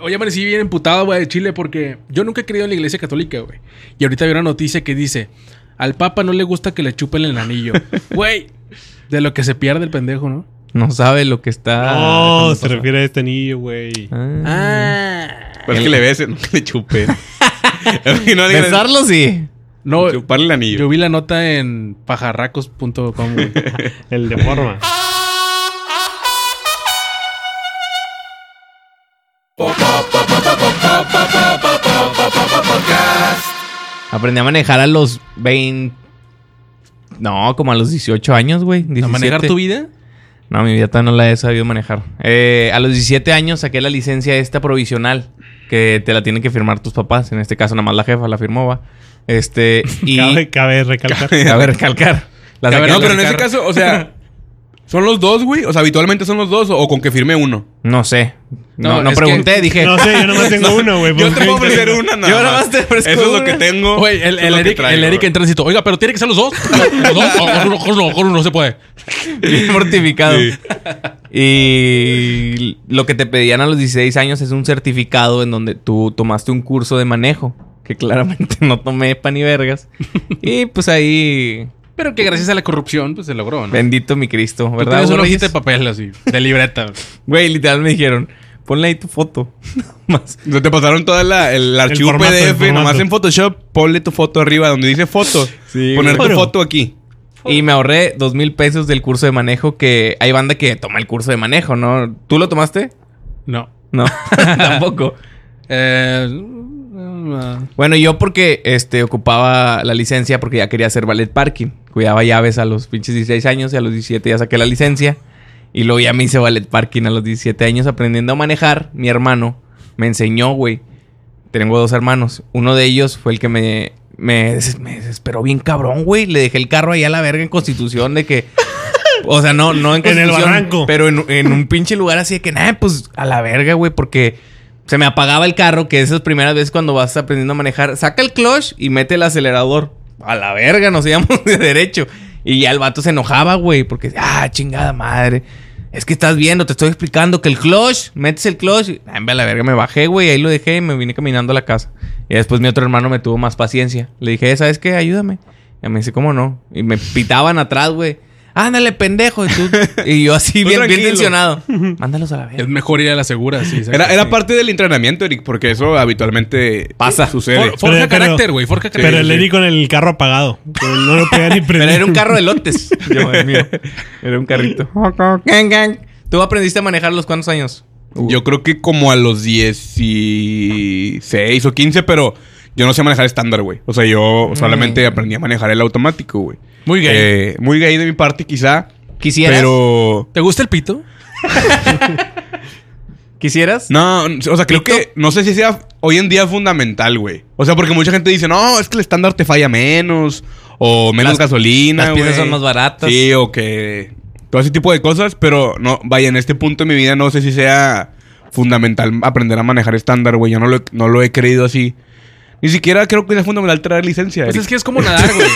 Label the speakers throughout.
Speaker 1: Hoy amanecí bien emputado, güey, de Chile porque yo nunca he creído en la iglesia católica, güey. Y ahorita vi una noticia que dice, al papa no le gusta que le chupen el anillo. Güey, de lo que se pierde el pendejo, ¿no?
Speaker 2: No sabe lo que está.
Speaker 3: No,
Speaker 2: dejando Ah,
Speaker 3: se
Speaker 2: pasar.
Speaker 3: refiere a este anillo, güey.
Speaker 2: Ah.
Speaker 1: Ah.
Speaker 4: Pero es Pues que le besen, no que le chupen. No digan-
Speaker 2: Besarlo sí.
Speaker 1: No,
Speaker 4: Chuparle el anillo.
Speaker 1: yo vi la nota en pajarracos.com, güey.
Speaker 3: El de forma.
Speaker 2: Aprendí a manejar a los 20. No, como a los 18 años, güey.
Speaker 1: ¿A manejar
Speaker 2: 17.
Speaker 1: tu vida?
Speaker 2: No, mi vida todavía no la he sabido manejar. Eh, a los 17 años saqué la licencia esta provisional. Que te la tienen que firmar tus papás. En este caso, nada más la jefa la firmó, va. Este. Y.
Speaker 3: Cabe, cabe recalcar.
Speaker 2: A ver, recalcar. La
Speaker 1: Cabe
Speaker 2: saqué-
Speaker 4: No, pero en ese caso, o sea, ¿son los dos, güey? O sea, habitualmente son los dos o, o con que firme uno.
Speaker 2: No sé. No,
Speaker 1: No,
Speaker 2: no
Speaker 1: es que-
Speaker 2: pregunté, dije.
Speaker 3: No sé, yo nomás tengo uno, güey. pues
Speaker 4: Yo te puedo
Speaker 3: porque-
Speaker 4: ofrecer una, nada
Speaker 2: Yo nada
Speaker 4: más.
Speaker 2: más te ofrezco
Speaker 4: Eso es lo
Speaker 2: una.
Speaker 4: que tengo.
Speaker 1: Güey, el,
Speaker 4: eso es
Speaker 1: el
Speaker 4: lo que
Speaker 1: Eric,
Speaker 4: traigo,
Speaker 1: el Eric
Speaker 4: güey.
Speaker 1: en tránsito. Oiga, pero tiene que ser los dos. Los dos. O, o uno, con uno, con uno, no se puede.
Speaker 2: Bien mortificado.
Speaker 4: Sí.
Speaker 2: Y lo que te pedían a los 16 años es un certificado en donde tú tomaste un curso de manejo, que claramente no tomé pan ni vergas. Y pues ahí,
Speaker 1: Pero que gracias a la corrupción, pues se logró, ¿no?
Speaker 2: bendito mi Cristo,
Speaker 1: Tú
Speaker 2: ¿verdad?
Speaker 1: tienes una
Speaker 2: Borges?
Speaker 1: hojita de papel así, de libreta.
Speaker 2: Güey, literal me dijeron, ponle ahí tu foto. Más.
Speaker 4: O sea, Te pasaron todo el archivo
Speaker 3: formato, el
Speaker 4: PDF, nomás
Speaker 3: formato.
Speaker 4: en Photoshop, ponle tu foto arriba donde dice fotos.
Speaker 2: Sí,
Speaker 4: Poner tu
Speaker 3: güey.
Speaker 4: foto aquí.
Speaker 2: Y me ahorré dos mil pesos del curso de manejo que hay banda que toma el curso de manejo, ¿no? ¿Tú lo tomaste?
Speaker 1: No.
Speaker 2: No, tampoco.
Speaker 1: Eh, mm,
Speaker 2: Bueno, yo porque este, ocupaba la licencia porque ya quería hacer ballet parking. Cuidaba llaves a los pinches 16 años y a los 17 ya saqué la licencia. Y luego ya me hice ballet parking a los 17 años aprendiendo a manejar. Mi hermano me enseñó, güey. Tengo dos hermanos. Uno de ellos fue el que me, me, des- me desesperó bien cabrón, güey. Le dejé el carro ahí a la verga en Constitución de que... O sea, no, no en
Speaker 3: En el
Speaker 2: Constitución.
Speaker 3: barranco.
Speaker 2: Pero en, en un pinche lugar así de que, nada, pues a la verga, güey. Porque se me apagaba el carro, que esas primeras veces cuando vas aprendiendo a manejar, saca el clutch y mete el acelerador. A la verga, nos íbamos de derecho. Y ya el vato se enojaba, güey, porque, ah, chingada madre. Es que estás viendo, te estoy explicando que el clutch, metes el clutch. y, "Ah, hombre, a la verga, me bajé, güey, ahí lo dejé y me vine caminando a la casa. Y después mi otro hermano me tuvo más paciencia. Le dije, "Eh, ¿sabes qué? Ayúdame. Y me dice, ¿cómo no? Y me pitaban atrás, güey. Ándale, pendejo. Y, tú- y yo así,
Speaker 4: Tú
Speaker 2: bien, bien
Speaker 4: tranquilo.
Speaker 2: tensionado. Mándalos a la verga.
Speaker 1: es mejor ir a la segura, sí. exacto.
Speaker 4: Era,
Speaker 1: Sí.
Speaker 4: era parte del entrenamiento, Eric, porque eso habitualmente
Speaker 2: Pasa.
Speaker 4: Sucede.
Speaker 1: For- forja
Speaker 3: Pero- pero-
Speaker 1: carácter, güey. Forja carácter.
Speaker 3: Pero le di con el carro apagado. Pero No lo podía ni prender.
Speaker 2: Pero era un carro de lotes. Yo, el mío. Era un carrito. Gang, gang. ¿Tú aprendiste a manejar a los cuántos años?
Speaker 4: Yo creo que como a los 16 o 15, pero yo no sé manejar estándar, güey. O sea,
Speaker 2: Mm.
Speaker 4: yo solamente aprendí a manejar el automático, güey.
Speaker 1: Muy gay.
Speaker 4: Eh, muy gay de mi parte, quizá.
Speaker 2: ¿Quisieras?
Speaker 4: Pero.
Speaker 1: ¿Te gusta el pito?
Speaker 2: ¿Quisieras?
Speaker 4: No, o sea, creo
Speaker 2: ¿Pito?
Speaker 4: que no sé si sea hoy en día fundamental, güey. O sea, porque mucha gente dice, no, es que el estándar te falla menos, o menos
Speaker 2: Las-
Speaker 4: gasolina.
Speaker 2: las piezas
Speaker 4: güey".
Speaker 2: son más baratas.
Speaker 4: Sí, o que. Todo ese tipo de cosas, pero no, vaya, en este punto de mi vida no sé si sea fundamental aprender a manejar estándar, güey. Yo no lo, he- no lo he creído así. Ni siquiera creo que sea fundamental traer licencia.
Speaker 1: Pues
Speaker 4: Eric.
Speaker 1: es que es como nadar, güey.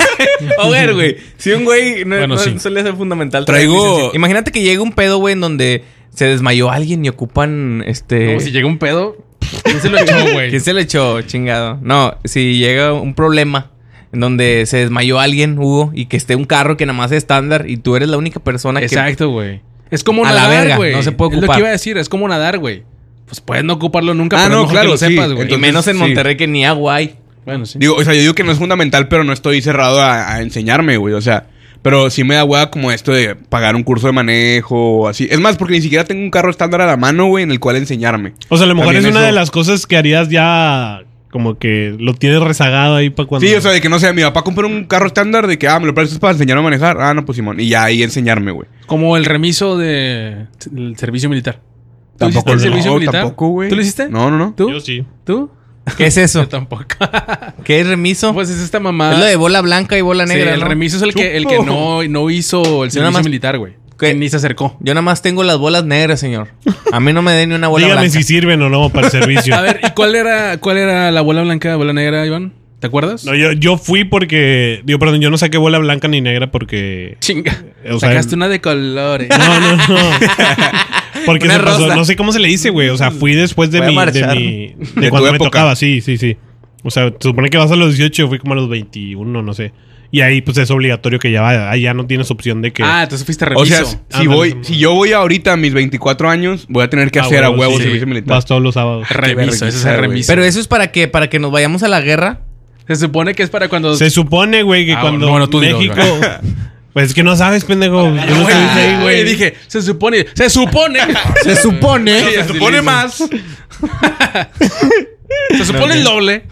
Speaker 2: A ver, güey. Si un güey no,
Speaker 1: Bueno,
Speaker 2: no
Speaker 1: sí.
Speaker 2: suele ser fundamental.
Speaker 4: Traigo-
Speaker 2: traer licencia. Imagínate que llega un pedo, güey, en donde se desmayó alguien y ocupan este.
Speaker 1: Como si llega un pedo. Eh, ¿Quién se lo echó, güey?
Speaker 2: ¿Quién se le echó, chingado? No, si llega un problema en donde se desmayó alguien, Hugo, y que esté un carro que nada más es estándar y tú eres la única persona que.
Speaker 1: Exacto, güey. Es como
Speaker 2: A la
Speaker 1: nadar,
Speaker 2: verga,
Speaker 1: güey.
Speaker 2: no se puede
Speaker 1: Es lo
Speaker 2: ocupar.
Speaker 1: que iba a decir. Es como nadar, güey. Pues puedes no ocuparlo nunca,
Speaker 4: Ah,
Speaker 1: pero
Speaker 4: no,
Speaker 1: no,
Speaker 4: claro,
Speaker 1: que lo
Speaker 4: sí.
Speaker 1: sepas, güey.
Speaker 2: Y menos en
Speaker 4: sí.
Speaker 2: Monterrey que ni agua hay.
Speaker 1: Bueno, sí.
Speaker 4: Digo, o sea, yo digo que no es fundamental, pero no estoy cerrado a, a enseñarme, güey. O sea, pero sí me da hueá como esto de pagar un curso de manejo o así. Es más, porque ni siquiera tengo un carro estándar a la mano, güey, en el cual enseñarme.
Speaker 3: O sea, a lo mejor
Speaker 4: También
Speaker 3: es una
Speaker 4: eso-
Speaker 3: de las cosas que harías ya como que lo tienes rezagado ahí para cuando.
Speaker 4: Sí, o sea, de que no sé, mi papá compró un carro estándar de que, ah, me lo prestas para enseñarme a manejar. Ah, no, pues Simón. Y ya ahí enseñarme, güey.
Speaker 1: Como el remiso de- del servicio militar. ¿Tú
Speaker 4: Tampoco
Speaker 1: hiciste el
Speaker 4: no,
Speaker 1: servicio militar?
Speaker 4: tampoco, güey.
Speaker 1: ¿Tú lo hiciste?
Speaker 4: No, no, no.
Speaker 1: ¿Tú?
Speaker 3: Yo sí.
Speaker 1: ¿Tú?
Speaker 2: ¿Qué es
Speaker 1: Yo
Speaker 2: eso?
Speaker 1: tampoco.
Speaker 2: ¿Qué es remiso?
Speaker 1: pues es esta mamada.
Speaker 2: es lo de bola blanca y bola
Speaker 1: Sí,
Speaker 2: negra.
Speaker 1: el
Speaker 2: ¿no?
Speaker 1: remiso es el que, el que no, no hizo el
Speaker 2: Yo nada
Speaker 1: servicio
Speaker 2: más-
Speaker 1: militar, güey.
Speaker 2: ¿Qué?
Speaker 1: Que ni se acercó.
Speaker 2: Yo nada más tengo las bolas negras, señor. A mí no me den ni una bola
Speaker 3: Dígame
Speaker 2: blanca.
Speaker 3: si sirven o no para el servicio.
Speaker 1: A ver, ¿y cuál era, cuál era la bola blanca, bola negra, Iván? ¿Te acuerdas?
Speaker 3: No, yo, yo fui porque. Digo, perdón, yo no saqué bola blanca ni negra porque.
Speaker 1: Chinga.
Speaker 3: O sea,
Speaker 1: Sacaste una de colores.
Speaker 3: No, no, no. Porque
Speaker 2: Una
Speaker 3: se pasó-
Speaker 2: rosa.
Speaker 3: no sé cómo se le dice, güey. O sea, fui después de
Speaker 2: Voy a
Speaker 3: mi. De,
Speaker 2: marchar.
Speaker 3: mi- de
Speaker 4: De tu
Speaker 3: cuando me
Speaker 4: época.
Speaker 3: tocaba, sí, sí, sí. O sea, se supone que vas a los 18, fui como a los 21, no sé. Y ahí, pues es obligatorio que ya vaya. Ahí ya no tienes opción de que.
Speaker 1: Ah, entonces fuiste
Speaker 4: O
Speaker 1: remiso.
Speaker 4: sea, si,
Speaker 3: Ándale,
Speaker 4: voy,
Speaker 3: Simón.
Speaker 4: si yo voy ahorita a mis 24 años, voy a tener que
Speaker 3: Ah,
Speaker 4: hacer a
Speaker 3: huevo,
Speaker 4: huevos
Speaker 3: sí.
Speaker 4: servicio militar.
Speaker 3: Vas todos los sábados.
Speaker 1: remiso, ese es
Speaker 4: vergüenza,
Speaker 1: el remiso.
Speaker 2: Pero eso es para qué? Para que nos vayamos a la guerra.
Speaker 1: se supone que es para cuando.
Speaker 3: Se supone, güey, que
Speaker 1: Ah,
Speaker 3: cuando
Speaker 1: bueno, tú dilo,
Speaker 3: México. pues es que no sabes, pendejo. Yo no
Speaker 1: Ah, güey,
Speaker 3: estuviste ahí, güey.
Speaker 1: Dije, se supone. Se supone.
Speaker 2: Se supone.
Speaker 4: Sí, se supone más.
Speaker 1: se supone el doble.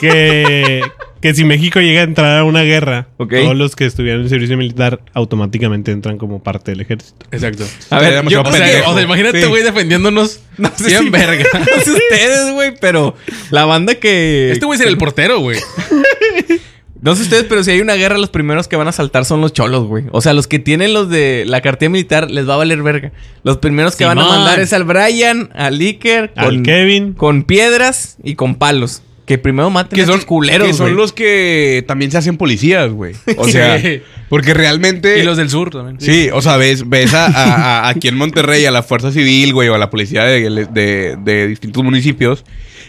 Speaker 3: que, que si México llega a entrar a una guerra,
Speaker 2: Ok.
Speaker 3: todos los que estuvieron en servicio militar automáticamente entran como parte del ejército.
Speaker 1: Exacto.
Speaker 4: A
Speaker 2: ver,
Speaker 4: ver,
Speaker 2: yo-
Speaker 1: O sea, o sea, imagínate, güey, defendiéndonos.
Speaker 2: No sé si
Speaker 1: verga.
Speaker 2: No sé ustedes, güey, pero la banda que.
Speaker 1: Este güey será el portero, güey.
Speaker 2: No sé ustedes, pero si hay una guerra, los primeros que van a saltar son los cholos, güey. O sea, los que tienen los de la cartilla militar les va a valer verga. Los primeros que van a
Speaker 1: Simón.
Speaker 2: mandar es al Brian, al Iker,
Speaker 3: Al Kevin.
Speaker 2: con piedras y con palos. Que primero maten
Speaker 4: que
Speaker 2: a
Speaker 4: son
Speaker 2: estos culeros,
Speaker 4: que son
Speaker 2: güey.
Speaker 4: los que también se hacen policías, güey. O sea,
Speaker 1: Sí.
Speaker 4: porque realmente
Speaker 1: Y los del sur también.
Speaker 4: Sí, o sea, ves, ves a, a- a- aquí en Monterrey a la Fuerza Civil, güey, o a la policía de, de- de distintos municipios.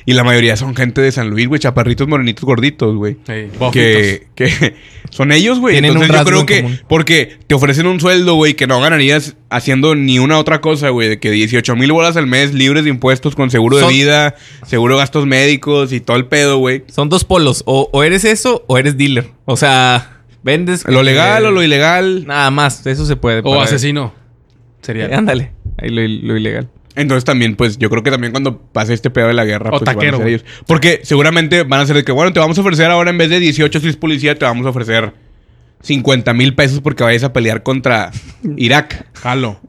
Speaker 4: Y la mayoría son gente de San Luis, güey, chaparritos, morenitos, gorditos, güey.
Speaker 1: Sí,
Speaker 4: Que, que son ellos, güey.
Speaker 2: Tienen
Speaker 4: Entonces
Speaker 2: un
Speaker 4: yo
Speaker 2: rasgo
Speaker 4: creo
Speaker 2: en
Speaker 4: que...
Speaker 2: común.
Speaker 4: Porque te ofrecen un sueldo, güey, que no ganarías haciendo ni una otra cosa, güey. De que 18 mil bolas al mes, libres de impuestos, con seguro
Speaker 2: Son-
Speaker 4: de vida, seguro gastos médicos y todo el pedo, güey.
Speaker 2: Son dos polos. O, o eres eso o eres dealer. O sea, vendes.
Speaker 4: Lo legal
Speaker 2: eh,
Speaker 4: o lo ilegal.
Speaker 2: Nada más, eso se puede.
Speaker 1: O
Speaker 2: para-
Speaker 1: asesino. Sería.
Speaker 2: Eh, ándale, ahí lo, lo ilegal.
Speaker 4: Entonces también, pues yo creo que también cuando pase este pedo de la guerra,
Speaker 1: O
Speaker 4: pues van a
Speaker 1: taquero,
Speaker 4: ser
Speaker 1: güey.
Speaker 4: ellos. Porque seguramente van a ser de que, bueno, te vamos a ofrecer ahora en vez de 18 si es policía, te vamos a ofrecer 50 mil pesos porque vayas a pelear contra Irak. Jalo.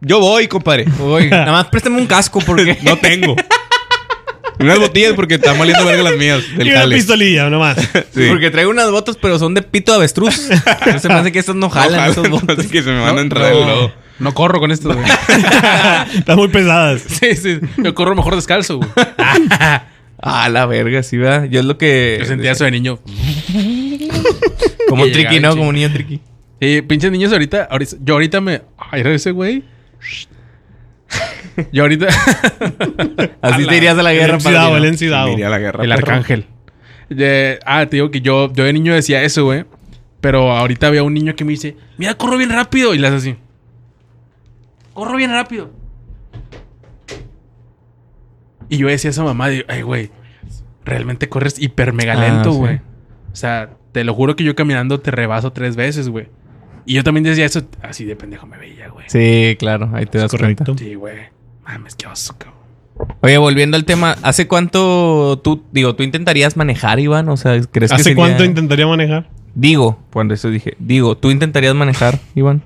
Speaker 4: Yo voy, compadre.
Speaker 2: Oiga, nada más préstame un casco porque.
Speaker 4: No tengo. Y Unas botillas porque están valiendo verga las mías
Speaker 3: y
Speaker 4: del
Speaker 3: una
Speaker 4: jale.
Speaker 3: pistolilla nomás.
Speaker 4: Sí.
Speaker 2: Porque traigo unas botas, pero son de pito de avestruz. No se me hace que estas no
Speaker 4: Ojalá,
Speaker 2: jalan, esas botas.
Speaker 4: así que se me van a entrar el
Speaker 1: No,
Speaker 4: lodo.
Speaker 1: no corro con esto, güey.
Speaker 3: Están muy pesadas.
Speaker 1: Sí, sí. Yo corro mejor descalzo, güey.
Speaker 2: Ah, la verga, sí, va. Yo es lo que.
Speaker 1: Yo sentía eso de niño.
Speaker 2: Como
Speaker 1: que
Speaker 2: triqui,
Speaker 1: llegaba
Speaker 2: ¿no?
Speaker 1: el
Speaker 2: Como un niño triqui.
Speaker 1: Sí, pinches niños ahorita, ahorita- Yo ahorita me. Ay, era ese güey. Yo ahorita.
Speaker 2: Así te irías a la
Speaker 3: El
Speaker 2: guerra para.
Speaker 3: encidado, el
Speaker 2: ti,
Speaker 4: Me
Speaker 3: encidado.
Speaker 4: iría a la guerra.
Speaker 1: el
Speaker 4: perro.
Speaker 1: arcángel. De- ah, te digo que yo, yo de niño decía eso, güey. Pero ahorita había un niño que me dice: Mira, corro bien rápido. Y le hace así: Corro bien rápido. Y yo decía a esa mamá: de, Ay, güey, realmente corres hiper mega
Speaker 2: Ah,
Speaker 1: lento,
Speaker 2: sí.
Speaker 1: güey. O sea, te lo juro que yo caminando te rebaso tres veces, güey. Y yo también decía eso, así de pendejo me veía, güey.
Speaker 2: ¿no? Sí, claro, ahí te das
Speaker 3: Correcto.
Speaker 2: cuenta.
Speaker 1: Sí, güey. Mames, qué oso, cabrón.
Speaker 2: Oye, volviendo al tema, ¿hace cuánto tú, digo, tú intentarías manejar, Iván? O sea, ¿crees que
Speaker 3: ¿Hace
Speaker 2: sería-
Speaker 3: cuánto intentaría manejar?
Speaker 2: Digo, cuando eso dije, digo, ¿tú intentarías manejar, Iván?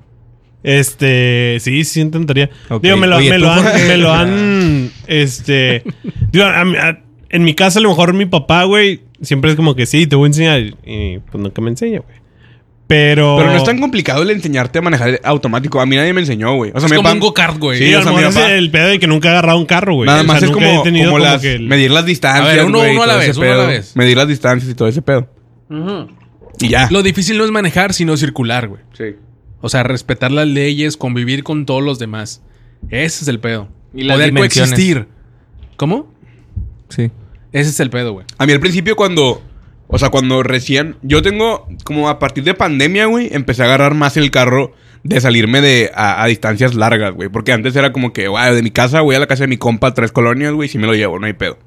Speaker 3: Este, sí, sí intentaría.
Speaker 2: Ok.
Speaker 3: Digo, me lo,
Speaker 2: Oye,
Speaker 3: me
Speaker 2: tú, Ah.
Speaker 3: lo han,
Speaker 2: Jorge.
Speaker 3: me lo han, este, digo, a mí- a- en mi casa a lo mejor mi papá, güey, siempre es como que sí, te voy a enseñar y pues nunca me enseña, güey. Pero,
Speaker 4: Pero no es tan complicado el enseñarte a manejar automático. A mí nadie me enseñó, güey. O sea,
Speaker 1: Es
Speaker 4: mi
Speaker 1: como
Speaker 4: papá-
Speaker 1: un go-kart, güey.
Speaker 4: Sí,
Speaker 3: digo,
Speaker 4: o sea,
Speaker 3: a lo
Speaker 4: mi
Speaker 3: mejor
Speaker 4: papá-
Speaker 3: es el pedo de que nunca he agarrado un carro, güey.
Speaker 4: Nada
Speaker 3: Pues, O sea,
Speaker 4: más es
Speaker 3: nunca
Speaker 4: como,
Speaker 3: he tenido
Speaker 4: como las,
Speaker 3: que el-
Speaker 4: medir las
Speaker 1: A
Speaker 4: distancias.
Speaker 1: ver, uno-
Speaker 4: güey,
Speaker 1: uno a
Speaker 4: todo
Speaker 1: la
Speaker 4: ese
Speaker 1: vez, uno a la
Speaker 4: pedo.
Speaker 1: vez.
Speaker 4: Medir las distancias y todo ese pedo. Y ya.
Speaker 1: Lo difícil no es manejar, sino circular, güey.
Speaker 4: Sí.
Speaker 1: O sea, respetar las leyes, convivir con todos los demás. Ese es el pedo.
Speaker 2: Y las
Speaker 1: Poder
Speaker 2: dimensiones.
Speaker 1: coexistir. ¿Cómo?
Speaker 2: Sí.
Speaker 1: Ese es el pedo, güey.
Speaker 4: A mí al principio cuando... O sea, cuando recién... Yo tengo... Como a partir de pandemia, güey, empecé a agarrar más el carro de salirme de... A, a distancias largas, güey. Porque antes era como que, "Guau, de mi casa voy a la casa de mi compa tres colonias, güey. Si me lo llevo, no hay pedo.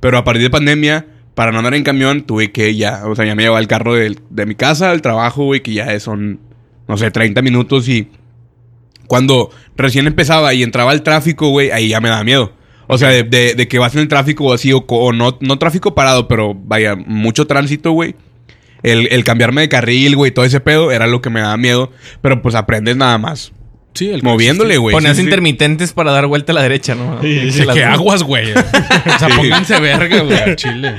Speaker 4: Pero a partir de pandemia... Para no andar en camión, tuve que ya... O sea, ya me llevaba el carro del- de, mi casa al trabajo, güey. Que ya son... No sé, 30 minutos y... cuando recién empezaba y entraba el tráfico, güey, ahí ya me daba miedo. O sea, de, de- de que vas en el tráfico o así, o, co- o no, no tráfico parado, pero vaya, mucho tránsito, güey. El, el cambiarme de carril, güey, todo ese pedo era lo que me daba miedo. Pero pues aprendes nada más.
Speaker 1: Sí, el
Speaker 4: Moviéndole, güey.
Speaker 2: Ponías
Speaker 4: Pues Sí, sí.
Speaker 2: intermitentes para dar vuelta a la derecha, ¿no?
Speaker 3: Sí, sí,
Speaker 1: coexistir.
Speaker 2: Las-
Speaker 1: Que aguas, güey. O sea,
Speaker 4: Sí.
Speaker 1: pónganse verga, güey, al chile.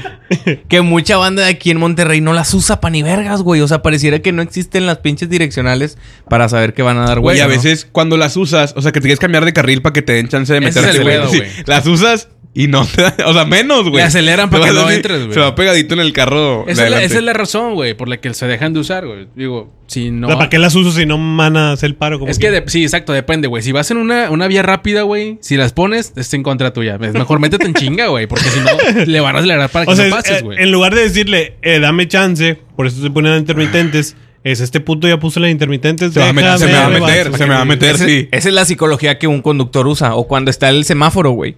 Speaker 2: Que mucha banda de aquí en Monterrey no las usa pa' ni vergas, güey. O sea, pareciera que no existen las pinches direccionales para saber que van a dar
Speaker 4: Güey,
Speaker 2: güey.
Speaker 4: a veces cuando las usas, o sea, que te quieres cambiar de carril para que te den chance de
Speaker 1: Ese es
Speaker 4: meterte,
Speaker 1: el
Speaker 4: güey.
Speaker 1: pedo,
Speaker 4: Sí,
Speaker 1: güey.
Speaker 4: las usas Y no te da- O sea, menos, güey.
Speaker 1: Le aceleran para
Speaker 4: Te
Speaker 1: que
Speaker 4: vas
Speaker 1: no
Speaker 4: así,
Speaker 1: entres, güey.
Speaker 4: Se va pegadito en el carro.
Speaker 1: Esa
Speaker 4: de
Speaker 1: es, la,
Speaker 4: adelante.
Speaker 1: esa es la razón, güey, por la que se dejan de usar, güey. Digo, si no.
Speaker 3: O sea, ¿Para qué las uso si no me van a hacer el paro? Como
Speaker 1: Es que, de- sí, exacto, depende, güey. Si vas en una, una vía rápida, güey, si las pones, es en contra tuya. Es mejor métete en chinga, güey, porque si no, le van a acelerar para que
Speaker 3: O sea,
Speaker 1: no
Speaker 3: es-
Speaker 1: pases,
Speaker 3: eh,
Speaker 1: güey.
Speaker 3: en lugar de decirle, eh, dame chance, por eso se ponen intermitentes, es este puto ya puso las intermitentes.
Speaker 4: Se va a meter, se me va a
Speaker 3: déjame,
Speaker 4: meter,
Speaker 3: para
Speaker 4: se
Speaker 3: que
Speaker 4: me va a meter,
Speaker 2: Ese-
Speaker 4: sí.
Speaker 2: Esa es la psicología que un conductor usa. O cuando está el semáforo, güey.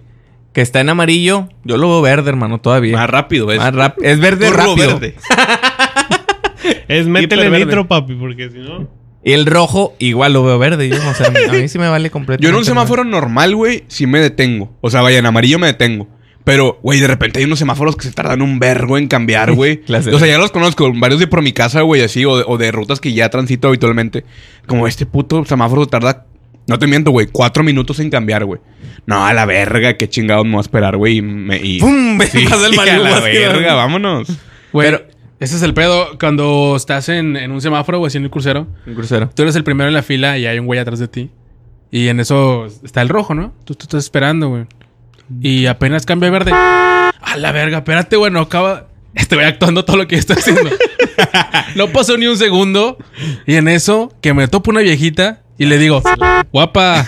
Speaker 2: Que está en amarillo. Yo lo veo verde, hermano, todavía.
Speaker 4: Más rápido, ¿ves?
Speaker 2: Más rap- Es verde
Speaker 4: Turbo
Speaker 2: rápido.
Speaker 4: verde.
Speaker 3: Es métele
Speaker 2: Hiperverde.
Speaker 3: nitro, papi, porque si no.
Speaker 2: Y el rojo, igual lo veo verde. Yo, o sea, a mí- a mí sí me vale completamente.
Speaker 4: Yo en un semáforo normal, güey, sí me detengo. O sea, vaya, en amarillo me detengo. Pero, güey, de repente hay unos semáforos que se tardan un vergo en cambiar, güey.
Speaker 2: Claro.
Speaker 4: o sea, ya los conozco. Varios de por mi casa, güey, así. O de, o de rutas que ya transito habitualmente. Como este puto semáforo tarda... No te miento, güey. Cuatro minutos en cambiar, güey. No, a la verga. Qué chingados me voy a esperar, güey. Y... me- y-
Speaker 2: ¡Pum! Me
Speaker 4: Sí,
Speaker 2: pasa el
Speaker 4: a
Speaker 2: maluco,
Speaker 4: la
Speaker 2: así,
Speaker 4: verga.
Speaker 2: ¿verdad?
Speaker 4: Vámonos.
Speaker 1: Güey, ese es el pedo cuando estás en, en un semáforo, güey, así en el crucero.
Speaker 2: Un crucero.
Speaker 1: Tú eres el primero en la fila y hay un güey atrás de ti. Y en eso está el rojo, ¿no? Tú, tú estás esperando, güey. Y apenas cambia a verde. A la verga, espérate, güey, no acaba. Este voy actuando todo lo que está haciendo. no pasó ni un segundo. Y en eso, que me topo una viejita y le digo, guapa,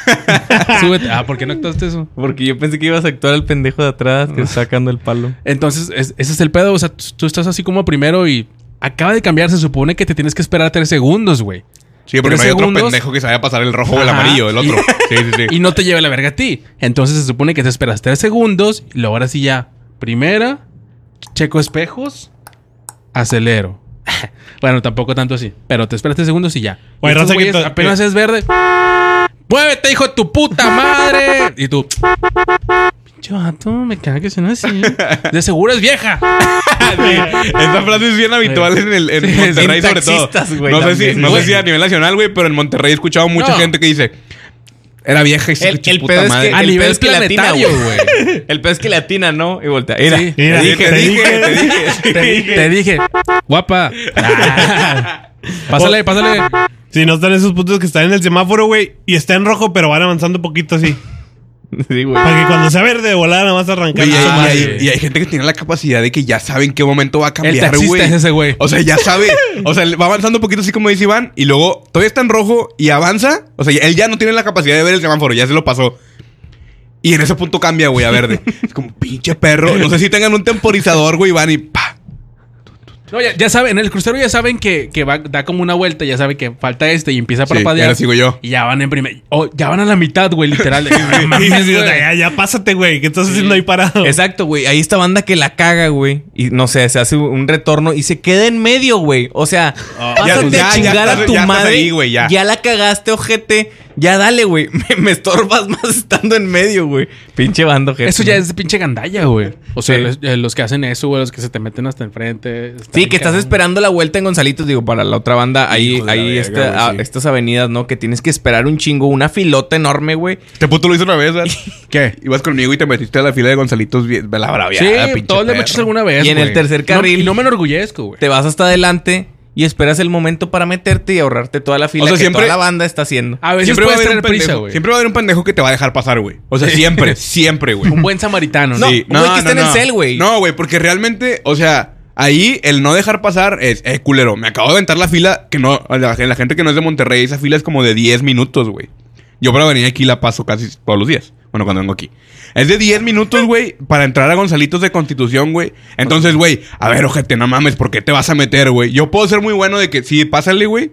Speaker 1: súbete. Ah, ¿por qué no actuaste eso?
Speaker 2: Porque yo pensé que ibas a actuar al pendejo de atrás que está sacando el palo.
Speaker 1: Entonces, es- ese es el pedo. O sea, tú tú estás así como primero y acaba de cambiar. Se supone que te tienes que esperar tres segundos, güey.
Speaker 4: Sí, porque
Speaker 1: ¿Tres
Speaker 4: no hay
Speaker 1: segundos?
Speaker 4: otro pendejo que se vaya a pasar el rojo o el
Speaker 1: Ajá.
Speaker 4: amarillo. El otro. Sí, sí, sí.
Speaker 1: y no te lleva la verga a ti. Entonces se supone que te esperas tres segundos y luego ahora sí ya. Primera, checo espejos, acelero. bueno, tampoco tanto así, pero te esperas tres segundos y ya.
Speaker 3: Güey,
Speaker 1: Y estos
Speaker 3: raza que
Speaker 1: güeyes
Speaker 3: to-
Speaker 1: apenas
Speaker 3: que-
Speaker 1: es verde. ¡Muévete, hijo de tu puta madre! Y tú. Pinche vato, me caga que sean así. De seguro es vieja.
Speaker 4: Esta frase es bien habitual en, el, en
Speaker 2: Sí,
Speaker 4: Monterrey,
Speaker 2: en
Speaker 4: sobre todo.
Speaker 2: taxistas, güey,
Speaker 4: no sé,
Speaker 2: también,
Speaker 4: si, no sé
Speaker 2: güey.
Speaker 4: si a nivel nacional, güey, pero en Monterrey he escuchado mucha
Speaker 1: No.
Speaker 4: gente que dice: Era vieja y se
Speaker 2: El,
Speaker 4: escucha
Speaker 2: el
Speaker 4: puta
Speaker 2: pedo es
Speaker 4: madre".
Speaker 2: que, Ah,
Speaker 1: A
Speaker 2: el pedo
Speaker 1: nivel
Speaker 2: es que latina,
Speaker 1: planetario,
Speaker 2: güey. El pedo es que latina, ¿no? Y voltea. Mira,
Speaker 1: Sí.
Speaker 2: te
Speaker 3: Mira,
Speaker 2: dije,
Speaker 3: te
Speaker 2: te
Speaker 3: dije,
Speaker 2: dije,
Speaker 3: te
Speaker 2: te dije.
Speaker 1: Te dije, guapa. Ah. pásale, pásale.
Speaker 3: Si no están esos puntos que están en el semáforo, güey, y está en rojo, pero van avanzando poquito así.
Speaker 2: Sí, güey.
Speaker 3: Para que cuando sea verde de volada, nada más arrancar.
Speaker 4: Güey, y, hay-
Speaker 1: Ah,
Speaker 4: y hay,
Speaker 1: güey.
Speaker 4: y hay gente que tiene la capacidad de que ya sabe en qué momento va a
Speaker 1: El
Speaker 4: cambiar,
Speaker 1: taxista
Speaker 4: güey.
Speaker 1: es ese güey.
Speaker 4: O sea, ya sabe. O sea, le va avanzando un poquito así como dice Iván. Y luego todavía está en rojo y avanza. O sea, él ya no tiene la capacidad de ver el semáforo. Ya se lo pasó. Y en ese punto cambia, güey, a verde. Es como pinche perro. No sé si tengan un temporizador, güey, y van y pa.
Speaker 1: No, ya, ya saben, en el crucero ya saben que, que va, da como una vuelta, ya sabe que falta este y empieza a
Speaker 4: Sí,
Speaker 1: parpadear.
Speaker 4: ahora sigo yo.
Speaker 1: Y ya van en primer. Oh, ya van a la mitad, güey, literal. No mames,
Speaker 3: Y dices,
Speaker 1: güey.
Speaker 3: ya, ya pásate, güey, que estás haciendo ahí parado.
Speaker 2: Exacto, güey. Ahí esta banda que la caga, güey. Y no sé, se hace un retorno y se queda en medio, güey. O sea, pásate
Speaker 4: Ah. ya,
Speaker 2: a
Speaker 4: ya
Speaker 2: chingar
Speaker 4: estás-
Speaker 2: a tu
Speaker 4: ya estás
Speaker 2: madre.
Speaker 4: ahí, güey, ya.
Speaker 2: la cagaste, ojete. Ya dale, güey. Me, me estorbas más estando en medio, güey. Pinche bando, ojete.
Speaker 1: Eso ya es de pinche gandalla, güey. O sea,
Speaker 2: Sí.
Speaker 1: los, eh, los que hacen eso, güey, los que se te meten hasta enfrente.
Speaker 2: Sí, que estás
Speaker 1: esperando.
Speaker 2: esperando la vuelta en Gonzalitos, digo, para la otra banda, ahí,
Speaker 4: Hijo de la
Speaker 2: ahí
Speaker 4: verga,
Speaker 2: esta-
Speaker 4: güey,
Speaker 2: a-
Speaker 4: sí.
Speaker 2: estas avenidas, ¿no? Que tienes que esperar un chingo, una filota enorme, güey.
Speaker 4: Este puto lo hizo una vez, ¿verdad?
Speaker 1: ¿Qué?
Speaker 4: Ibas conmigo y te metiste a la fila de Gonzalitos bien- la braviada,
Speaker 1: sí,
Speaker 4: pinche
Speaker 1: todos le
Speaker 4: perro.
Speaker 1: metes alguna vez.
Speaker 2: Ah, Y en
Speaker 1: güey.
Speaker 2: el tercer
Speaker 1: No-
Speaker 2: carril-
Speaker 1: y no me enorgullezco, güey.
Speaker 2: Te vas hasta adelante y esperas el momento para meterte y ahorrarte toda la fila
Speaker 4: O sea,
Speaker 2: que
Speaker 4: siempre-
Speaker 2: toda la banda está haciendo.
Speaker 1: A veces
Speaker 4: Siempre va a
Speaker 1: puedes
Speaker 4: haber
Speaker 1: tener
Speaker 4: un
Speaker 1: prisa,
Speaker 4: pendejo.
Speaker 1: güey.
Speaker 4: siempre va a haber un pendejo que te va a dejar pasar, güey. O sea, siempre, siempre, güey.
Speaker 1: Un buen samaritano, ¿no?
Speaker 2: No, un güey que esté en el cel, güey.
Speaker 4: No, güey, porque realmente, o sea, ahí el no dejar pasar es, eh, culero, me acabo de aventar la fila que no, a la, la gente que no es de Monterrey, esa fila es como de 10 minutos, güey. Yo para venir aquí la paso casi todos los días. Bueno, cuando vengo aquí. Es de 10 minutos, güey, para entrar a Gonzalitos de Constitución, güey. Entonces, güey, a ver, ojete, no mames, ¿por qué te vas a meter, güey? Yo puedo ser muy bueno de que sí, pásale, güey.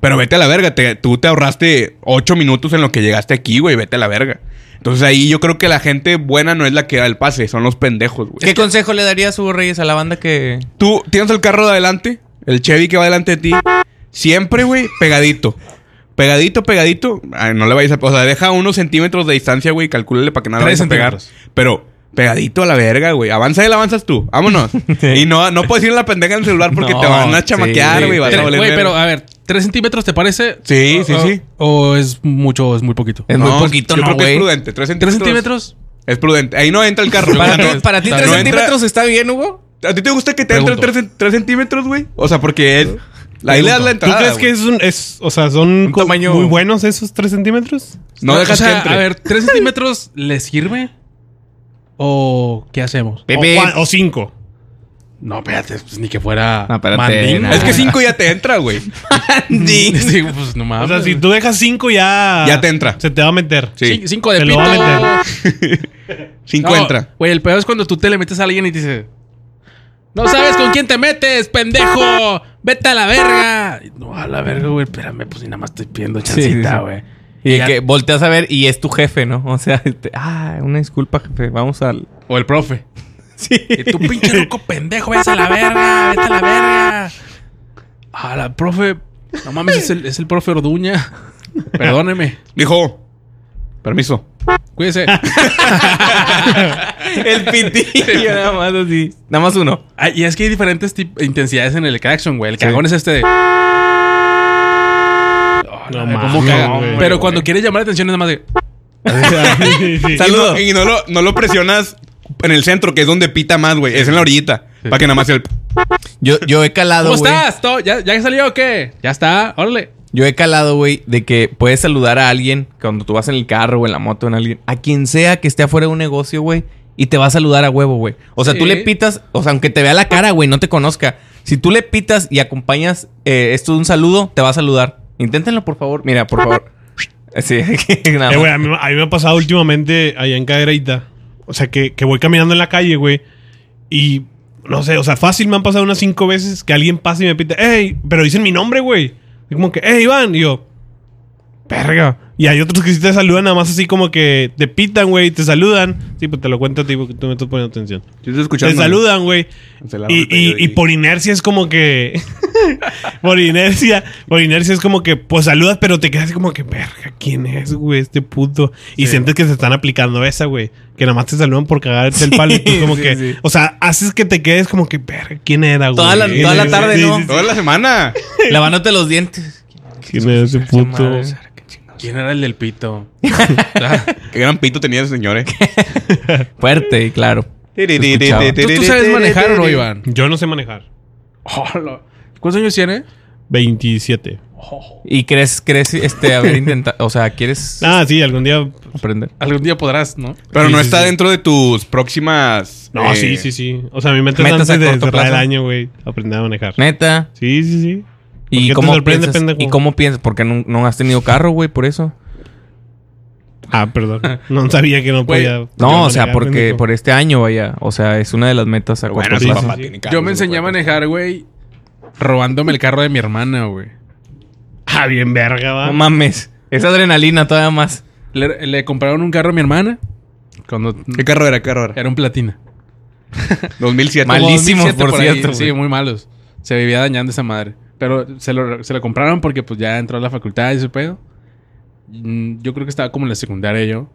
Speaker 4: Pero vete a la verga, te- tú te ahorraste ocho minutos en lo que llegaste aquí, güey, vete a la verga. Entonces ahí yo creo que la gente buena no es la que da el pase, son los pendejos, güey.
Speaker 2: ¿Qué consejo le darías Hugo Reyes a la banda que
Speaker 4: Tú tienes el carro de adelante, el Chevy que va delante de ti, siempre, güey, pegadito. Pegadito, pegadito. Ay, no le vayas a... O sea, deja unos centímetros de distancia, güey, calcúlale para que nada
Speaker 1: Tres
Speaker 4: vayas a pegar.
Speaker 1: centímetros.
Speaker 4: Pero pegadito a la verga, güey. Avanza él, avanzas tú. Vámonos. Y no, no puedes ir a la pendeja en el celular porque
Speaker 2: No,
Speaker 4: te van a
Speaker 2: sí,
Speaker 4: chamaquear, güey.
Speaker 2: sí.
Speaker 4: vas a
Speaker 1: Tres-
Speaker 4: valer
Speaker 1: Güey,
Speaker 4: verga.
Speaker 1: pero a ver, ¿tres centímetros te parece?
Speaker 4: Sí, sí,
Speaker 1: O-
Speaker 4: sí.
Speaker 1: ¿O es mucho o es muy poquito?
Speaker 2: es
Speaker 4: No,
Speaker 2: ah, muy poquito,
Speaker 4: yo
Speaker 2: no,
Speaker 4: creo que es
Speaker 2: güey?
Speaker 4: prudente. Tres centímetros.
Speaker 1: ¿Tres centímetros?
Speaker 4: Es prudente. Ahí no entra el carro.
Speaker 2: Para
Speaker 4: O sea,
Speaker 2: ti,
Speaker 4: no-
Speaker 2: para ti
Speaker 4: no
Speaker 2: tres
Speaker 4: entra-
Speaker 2: centímetros está bien, Hugo.
Speaker 4: ¿A ti te gusta que te entren
Speaker 1: Pregunto.
Speaker 4: 3, centímetros, güey? O sea, porque es... Ahí le das la
Speaker 3: ¿Tú
Speaker 4: entrada,
Speaker 3: crees que
Speaker 4: güey.
Speaker 3: es un, es, o sea, son
Speaker 2: Un
Speaker 3: co-
Speaker 2: tamaño-
Speaker 3: muy buenos esos 3 centímetros?
Speaker 4: No dejas
Speaker 1: o sea,
Speaker 4: que entre.
Speaker 1: A ver, ¿tres centímetros le sirve? ¿O qué hacemos?
Speaker 3: O,
Speaker 2: Pepe.
Speaker 3: cua- o cinco.
Speaker 1: No, espérate, pues, ni que fuera.
Speaker 2: No, espérate,
Speaker 1: mandinga.
Speaker 2: nah.
Speaker 4: Es que cinco ya te entra, güey.
Speaker 1: Sí, pues no
Speaker 3: O
Speaker 1: mames.
Speaker 3: sea, si tú dejas cinco ya.
Speaker 4: Ya te entra.
Speaker 3: Se te va a meter.
Speaker 4: Sí.
Speaker 1: Cin- Cinco de
Speaker 3: Te lo va a
Speaker 1: pito.
Speaker 3: meter.
Speaker 4: Cinco
Speaker 1: No,
Speaker 4: entra.
Speaker 1: Güey, el peor es cuando tú te le metes a alguien y te dice: No sabes con quién te metes, pendejo. Vete a la verga. Y, No, a la verga, güey. Espérame, pues y nada más estoy pidiendo
Speaker 2: sí,
Speaker 1: chancita,
Speaker 2: sí.
Speaker 1: güey.
Speaker 2: Y
Speaker 1: Y
Speaker 2: de
Speaker 1: ya-
Speaker 2: que volteas a ver y es tu jefe, ¿no? O sea, este, ah, una disculpa, jefe. Vamos al.
Speaker 1: O el profe.
Speaker 2: Sí.
Speaker 1: Y tú, pinche loco pendejo, vete a la verga, vete a la verga. A la profe. No mames, es el, es el profe Orduña. Perdóneme.
Speaker 4: Dijo, permiso.
Speaker 1: Cuídese.
Speaker 2: El pitillo, nada más así. Nada más uno.
Speaker 1: Ah, y es que hay diferentes tip- intensidades en el Crackson, güey. El cagón es este de.
Speaker 3: No
Speaker 1: Ay, ¿cómo
Speaker 3: mames,
Speaker 1: caga?
Speaker 3: güey.
Speaker 1: Pero cuando quieres llamar la atención es nada más de.
Speaker 3: Sí, sí.
Speaker 4: Y
Speaker 2: Saludo.
Speaker 4: no, y no lo, no lo presionas en el centro, que es donde pita más, güey. Es en la orillita. Para que nada más sea el.
Speaker 2: Yo, yo he calado,
Speaker 1: ¿Cómo
Speaker 2: güey.
Speaker 1: estás? ¿Todo- ¿Ya, ¿Ya salió o qué? Ya está, órale.
Speaker 2: Yo he calado, güey, de que puedes saludar a alguien cuando tú vas en el carro o en la moto, en alguien, a quien sea que esté afuera de un negocio, güey, y te va a saludar a huevo, güey. O sea, tú
Speaker 1: Sí.
Speaker 2: le pitas, o sea, aunque te vea la cara, güey, no te conozca. Si tú le pitas y acompañas eh, esto de un saludo, te va a saludar. Inténtenlo, por favor. Mira, por favor. Sí, que nada más.
Speaker 3: Eh, güey, a, mí, a mí me ha pasado últimamente allá en Cadereyta. O sea, que, que voy caminando en la calle, güey. Y no sé, o sea, fácil me han pasado unas cinco veces que alguien pasa y me pita, ¡Ey! Pero dicen mi nombre, güey. Y como que, ¡Ey, Iván! Y yo, ¡Verga! Y hay otros que sí te saludan, nada más así como que te pitan, güey, te saludan. Sí, pues te lo cuento a ti porque tú me estás poniendo atención.
Speaker 4: Yo estoy
Speaker 3: Te saludan, güey. Y, y- y por inercia es como que. por inercia. Por inercia es como que, pues saludas, pero te quedas así como que, verga, ¿quién es, güey? Este puto. Y sientes que se están aplicando esa, güey. Que nada más te saludan por cagarte el palo. Y tú como
Speaker 2: sí,
Speaker 3: que.
Speaker 2: sí.
Speaker 3: O sea, haces que te quedes como que, verga, ¿quién era, güey?
Speaker 2: Toda la- toda la
Speaker 3: Sí,
Speaker 2: tarde,
Speaker 3: sí,
Speaker 2: ¿no?
Speaker 3: sí, sí.
Speaker 4: Toda la semana.
Speaker 2: Lavándote los dientes.
Speaker 3: ¿Quién era ese puto?
Speaker 2: Madre.
Speaker 1: ¿Quién era el del pito?
Speaker 4: Qué gran pito tenía ese señor, eh.
Speaker 2: Fuerte, claro. escuchaba.
Speaker 1: ¿Tú, tú sabes manejar o no, Iván?
Speaker 3: Yo no sé manejar.
Speaker 1: Hola. ¿Cuántos años tiene?
Speaker 3: 27.
Speaker 2: ¿Y crees, crees, este, haber intentado, o sea, quieres
Speaker 3: Ah, sí, algún día.
Speaker 2: aprender?
Speaker 1: Algún día podrás, ¿no?
Speaker 4: Pero
Speaker 3: Sí,
Speaker 4: no
Speaker 3: sí,
Speaker 4: está
Speaker 3: sí.
Speaker 4: dentro de tus próximas.
Speaker 3: No,
Speaker 4: eh,
Speaker 3: sí, sí, sí. O sea, mi meta es
Speaker 2: metas
Speaker 3: antes
Speaker 2: a
Speaker 3: de
Speaker 2: corto
Speaker 3: cerrar el
Speaker 2: plazo.
Speaker 3: año, güey. Aprender a manejar.
Speaker 2: Neta.
Speaker 3: Sí, sí, sí. ¿Por
Speaker 2: ¿Y
Speaker 3: qué te
Speaker 2: cómo,
Speaker 3: sorprende,
Speaker 2: piensas,
Speaker 3: pendejo?
Speaker 2: ¿Y cómo piensas? Porque no, no has tenido carro, güey, por eso.
Speaker 3: Ah, perdón. No sabía que no
Speaker 1: Güey,
Speaker 3: podía.
Speaker 2: No,
Speaker 3: podía
Speaker 2: o sea,
Speaker 3: manejar,
Speaker 2: porque
Speaker 3: pendejo.
Speaker 2: por este año, vaya. O sea, es una de las metas a corto
Speaker 4: Bueno, sí,
Speaker 2: plazo.
Speaker 4: papá
Speaker 3: sí.
Speaker 4: tiene carro,
Speaker 1: Yo me
Speaker 4: se
Speaker 1: enseñé a
Speaker 4: puede.
Speaker 1: manejar, güey, robándome el carro de mi hermana, güey.
Speaker 3: Ah, bien verga, va.
Speaker 2: No mames. Esa adrenalina todavía más.
Speaker 1: Le, le compraron un carro a mi hermana cuando
Speaker 4: ¿Qué carro era? ¿Qué carro era?
Speaker 1: era un platina.
Speaker 4: 2007.
Speaker 2: Mal-
Speaker 1: Como
Speaker 2: Malísimos,
Speaker 1: 2007
Speaker 2: por
Speaker 1: ahí.
Speaker 2: cierto,
Speaker 1: Sí,
Speaker 2: güey.
Speaker 1: muy malos. Se vivía dañando esa madre. Pero se lo, se lo compraron porque pues ya entró a la facultad y ese pedo. Mm, Yo creo que estaba como en la secundaria yo.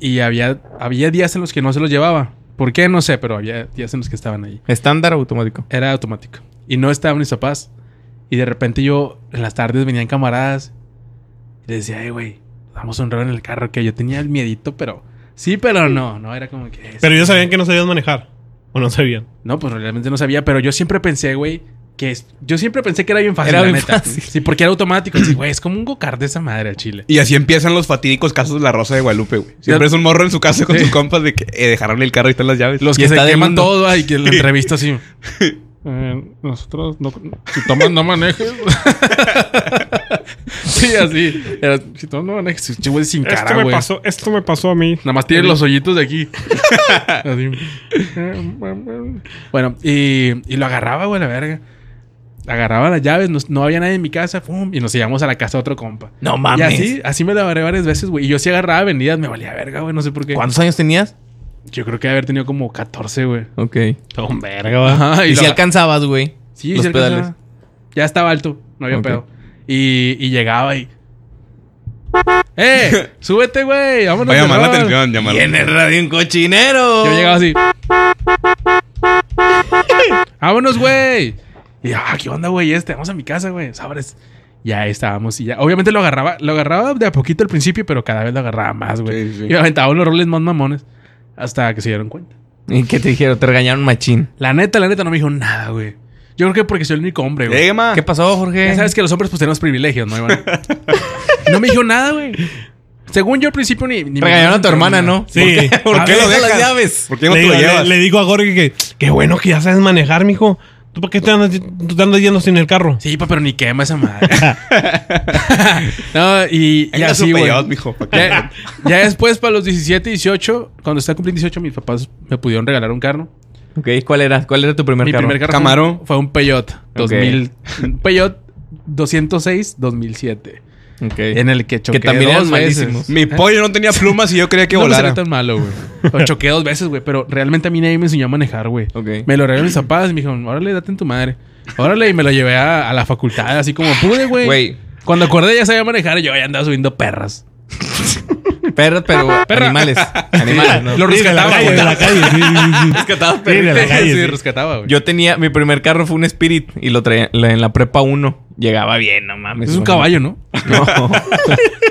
Speaker 1: Y había, había días en los que no se los llevaba. ¿Por qué? No sé, pero había días en los que estaban ahí.
Speaker 2: Estándar automático.
Speaker 1: Era automático. Y no estaban mis papás. Y de repente yo, en las tardes venían camaradas. Y les decía, ay, güey, vamos a un rol en el carro. Que yo tenía el miedito, pero... Sí, pero no. No, era como que...
Speaker 3: Pero ellos sabían que no sabían manejar. O no sabían.
Speaker 1: No, pues realmente no sabía, pero yo siempre pensé, güey, que es- yo siempre pensé que era bien fácil,
Speaker 2: Era
Speaker 1: la
Speaker 2: bien
Speaker 1: neta.
Speaker 2: fácil.
Speaker 1: Sí, porque era automático. Sí, güey, es como un go-kart de esa madre al chile.
Speaker 4: Y así empiezan los fatídicos casos de la Rosa de Guadalupe, güey. Siempre es un morro en su casa con sus compas de que eh, dejaron el carro y están las llaves.
Speaker 1: Los
Speaker 2: Y
Speaker 1: que se
Speaker 2: está del
Speaker 1: queman
Speaker 2: mundo.
Speaker 1: todo y que la entrevista así. Eh, nosotros no, si tomas no manejes. sí, así. Era, si tomas no manejes, Sí, güey sin cara, güey.
Speaker 3: esto me pasó a mí.
Speaker 1: Nada más tiene los hoyitos de aquí. Así.
Speaker 3: Eh,
Speaker 1: bueno, y, y lo agarraba, güey, la verga. Agarraba las llaves, no, no había nadie en mi casa, ¡fum! y nos íbamos a la casa de otro compa.
Speaker 2: No
Speaker 1: Y
Speaker 2: mames.
Speaker 1: así, así me la agarré varias veces, güey. Y yo sí agarraba avenidas, me valía verga, güey, no sé por qué.
Speaker 2: ¿Cuántos años tenías?
Speaker 1: Yo creo que haber tenido como 14, güey.
Speaker 2: Ok.
Speaker 3: No, verga, va.
Speaker 1: Ajá,
Speaker 2: ¿Y
Speaker 1: lo
Speaker 2: si
Speaker 1: aga-
Speaker 2: alcanzabas, güey?
Speaker 1: Sí,
Speaker 2: los
Speaker 1: sí alcanzaba.
Speaker 2: pedales.
Speaker 1: Ya estaba alto, no había
Speaker 2: Ok.
Speaker 1: pedo. Y, y llegaba y. ¡Eh! ¡Súbete, güey! ¡Vámonos!
Speaker 4: Va
Speaker 1: de
Speaker 4: a llamar la
Speaker 1: rol".
Speaker 4: atención, llamar la
Speaker 2: Tiene
Speaker 4: atención.
Speaker 2: radio un cochinero.
Speaker 1: Yo llegaba así. ¡Vámonos, güey! Y ah, ¿qué onda, güey? Este, vamos a mi casa, güey. Sabres. Ya estábamos y ya. Obviamente lo agarraba, lo agarraba de a poquito al principio, pero cada vez lo agarraba más, güey.
Speaker 4: Sí, sí.
Speaker 1: Y me aventaba unos roles más mamones. Hasta que se dieron cuenta.
Speaker 2: ¿Y qué te dijeron? Te regañaron machín.
Speaker 1: La neta, la neta no me dijo nada, güey. Yo creo que porque soy el único hombre, güey.
Speaker 2: Eh,
Speaker 4: Llegue, ma.
Speaker 2: ¿Qué pasó, Jorge?
Speaker 1: Ya sabes que los hombres pues tenemos privilegios, ¿no, Iván? no me dijo nada, güey. Según yo al principio ni... ni me-
Speaker 2: Regañaron a tu hermana, ¿no?
Speaker 3: Sí.
Speaker 2: ¿Por
Speaker 4: ¿A
Speaker 2: qué
Speaker 4: dónde
Speaker 2: no
Speaker 4: dejas?
Speaker 2: las llaves?
Speaker 4: ¿Por qué no te
Speaker 3: Le digo,
Speaker 4: lo
Speaker 3: le-
Speaker 4: llevas?
Speaker 3: le digo a Jorge que qué bueno que ya sabes manejar, mijo. ¿Tú por qué te andas, tú te andas yendo sin el carro?
Speaker 1: Sí, pa, pero ni quema esa madre. no, y, y
Speaker 4: Venga su
Speaker 1: así, güey.
Speaker 4: peyote, mijo, pa' que-
Speaker 1: Ya, ya después, para los 17, 18, cuando estaba cumpliendo 18, mis papás me pudieron regalar un carro.
Speaker 2: Ok, ¿cuál era? ¿Cuál era tu primer
Speaker 1: Mi
Speaker 2: carro?
Speaker 1: primer carro
Speaker 4: Camaro.
Speaker 1: fue, fue un Peugeot 2000, un Peugeot 206 2007,
Speaker 2: Ok.
Speaker 1: en el que choqué
Speaker 2: también
Speaker 1: dos
Speaker 2: eran
Speaker 1: veces.
Speaker 2: malísimos.
Speaker 4: Mi pollo no tenía plumas y yo creía que
Speaker 1: no me
Speaker 4: volara.
Speaker 1: salió tan malo, güey. Lo choqué dos veces, güey, pero realmente a mí nadie me enseñó a manejar, güey.
Speaker 2: Ok.
Speaker 1: Me lo regalaron mis papás y me dijeron, "Órale, date en tu madre." Órale, y me lo llevé a, a la facultad así como pude, güey.
Speaker 2: Güey,
Speaker 1: Cuando acordé ya sabía manejar, yo ya andaba subiendo perras.
Speaker 2: perros, pero
Speaker 1: Perra.
Speaker 2: animales. Animales, ¿no?
Speaker 1: Lo
Speaker 3: Sí, de la
Speaker 1: rescataba,
Speaker 3: calle,
Speaker 1: güey.
Speaker 3: de la calle. sí, sí, sí.
Speaker 2: Rescatabas
Speaker 3: Sí, de la
Speaker 2: perritos.
Speaker 3: calle,
Speaker 1: Sí,
Speaker 3: sí.
Speaker 1: rescataba, güey.
Speaker 2: Yo tenía, mi primer carro fue un Spirit y lo traía la- en la prepa 1. Llegaba bien, no mames.
Speaker 1: Es un
Speaker 2: güey.
Speaker 1: caballo, ¿no?
Speaker 2: No.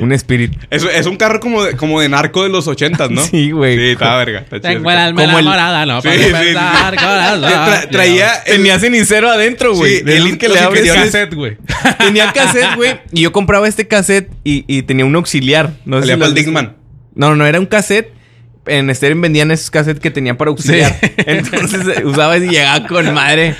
Speaker 2: un Spirit.
Speaker 4: Es, es un carro como de, como de narco de los ochentas, ¿no?
Speaker 2: Sí, güey.
Speaker 4: Sí, está verga. Está chido.
Speaker 2: Como el-
Speaker 1: morada, no,
Speaker 4: Sí, sí. Tra- traía el,
Speaker 2: Tenía cenicero adentro, güey.
Speaker 4: Sí, el que los
Speaker 2: abres-
Speaker 4: ingenieros-
Speaker 1: cassette, güey.
Speaker 2: Tenía cassette, güey. Y yo compraba este cassette y, y tenía un auxiliar. No sé si
Speaker 4: Salía para el
Speaker 2: lo has visto.
Speaker 4: Digman.
Speaker 2: No, no, era un cassette. En Steren vendían esos cassettes que tenía para auxiliar.
Speaker 1: Sí.
Speaker 2: Entonces eh, usaba y llegaba con madre.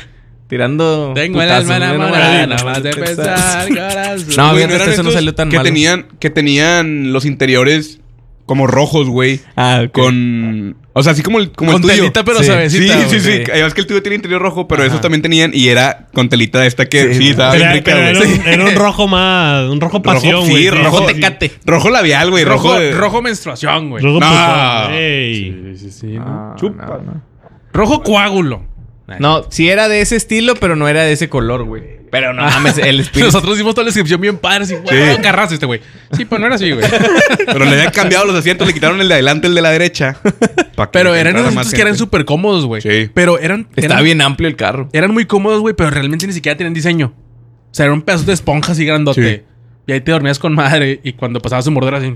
Speaker 2: Tirando.
Speaker 1: Tengo el
Speaker 2: putazos,
Speaker 1: alma
Speaker 2: güey, no,
Speaker 1: enamorada,
Speaker 2: no,
Speaker 1: nada más de pensar, corazón.
Speaker 2: No,
Speaker 4: Güey,
Speaker 2: bien, eso
Speaker 4: eran
Speaker 2: Ah, este no
Speaker 4: estos
Speaker 2: salió tan
Speaker 4: que
Speaker 2: mal.
Speaker 4: Tenían, que tenían los interiores como rojos, güey.
Speaker 2: Ah, ok.
Speaker 4: Con. O sea, así como el, como
Speaker 1: Con
Speaker 4: el tuyo.
Speaker 1: telita, pero
Speaker 4: sí.
Speaker 1: suavecita,
Speaker 4: Sí,
Speaker 1: güey.
Speaker 4: sí, sí,
Speaker 2: Sí.
Speaker 4: Además que el tuyo tiene interior rojo, pero esos
Speaker 2: Ajá.
Speaker 4: también tenían. Y era con telita esta que.
Speaker 2: Sí,
Speaker 4: Sí,
Speaker 2: no.
Speaker 4: estaba bien
Speaker 3: Pero-
Speaker 4: rica,
Speaker 3: pero era,
Speaker 4: güey.
Speaker 3: un, era un rojo más, un rojo
Speaker 4: Rojo-
Speaker 3: pasión,
Speaker 4: sí,
Speaker 3: güey.
Speaker 4: rojo
Speaker 3: sí.
Speaker 2: tecate.
Speaker 4: Rojo labial, güey. Rojo.
Speaker 1: Rojo,
Speaker 4: de-
Speaker 1: rojo menstruación, güey.
Speaker 3: Rojo
Speaker 4: No.
Speaker 3: pasión. Ey.
Speaker 1: Sí, sí, sí,
Speaker 2: Ah,
Speaker 1: ¿no?
Speaker 2: no, no.
Speaker 1: Rojo coágulo.
Speaker 2: No, sí era de ese estilo, pero no era de ese color, güey. Pero no mames, el Spirit.
Speaker 1: Nosotros dimos toda la descripción bien padre. Así, güey, era un carrazo este güey. Sí, pero no era así, güey.
Speaker 4: Pero le habían cambiado los asientos, le quitaron el de adelante, el de la derecha. pa'
Speaker 1: Pero
Speaker 4: que
Speaker 1: eran
Speaker 4: entrara
Speaker 1: unos
Speaker 4: más
Speaker 1: asientos que eran
Speaker 4: gente.
Speaker 1: súper cómodos, güey.
Speaker 4: Sí.
Speaker 1: Pero eran...
Speaker 2: Está
Speaker 1: eran-
Speaker 2: bien amplio el carro.
Speaker 1: Eran muy cómodos, güey, pero realmente ni siquiera tenían diseño. O sea, eran pedazos de esponja así grandote.
Speaker 4: Sí.
Speaker 1: Y ahí te dormías con madre y cuando pasabas un morder así.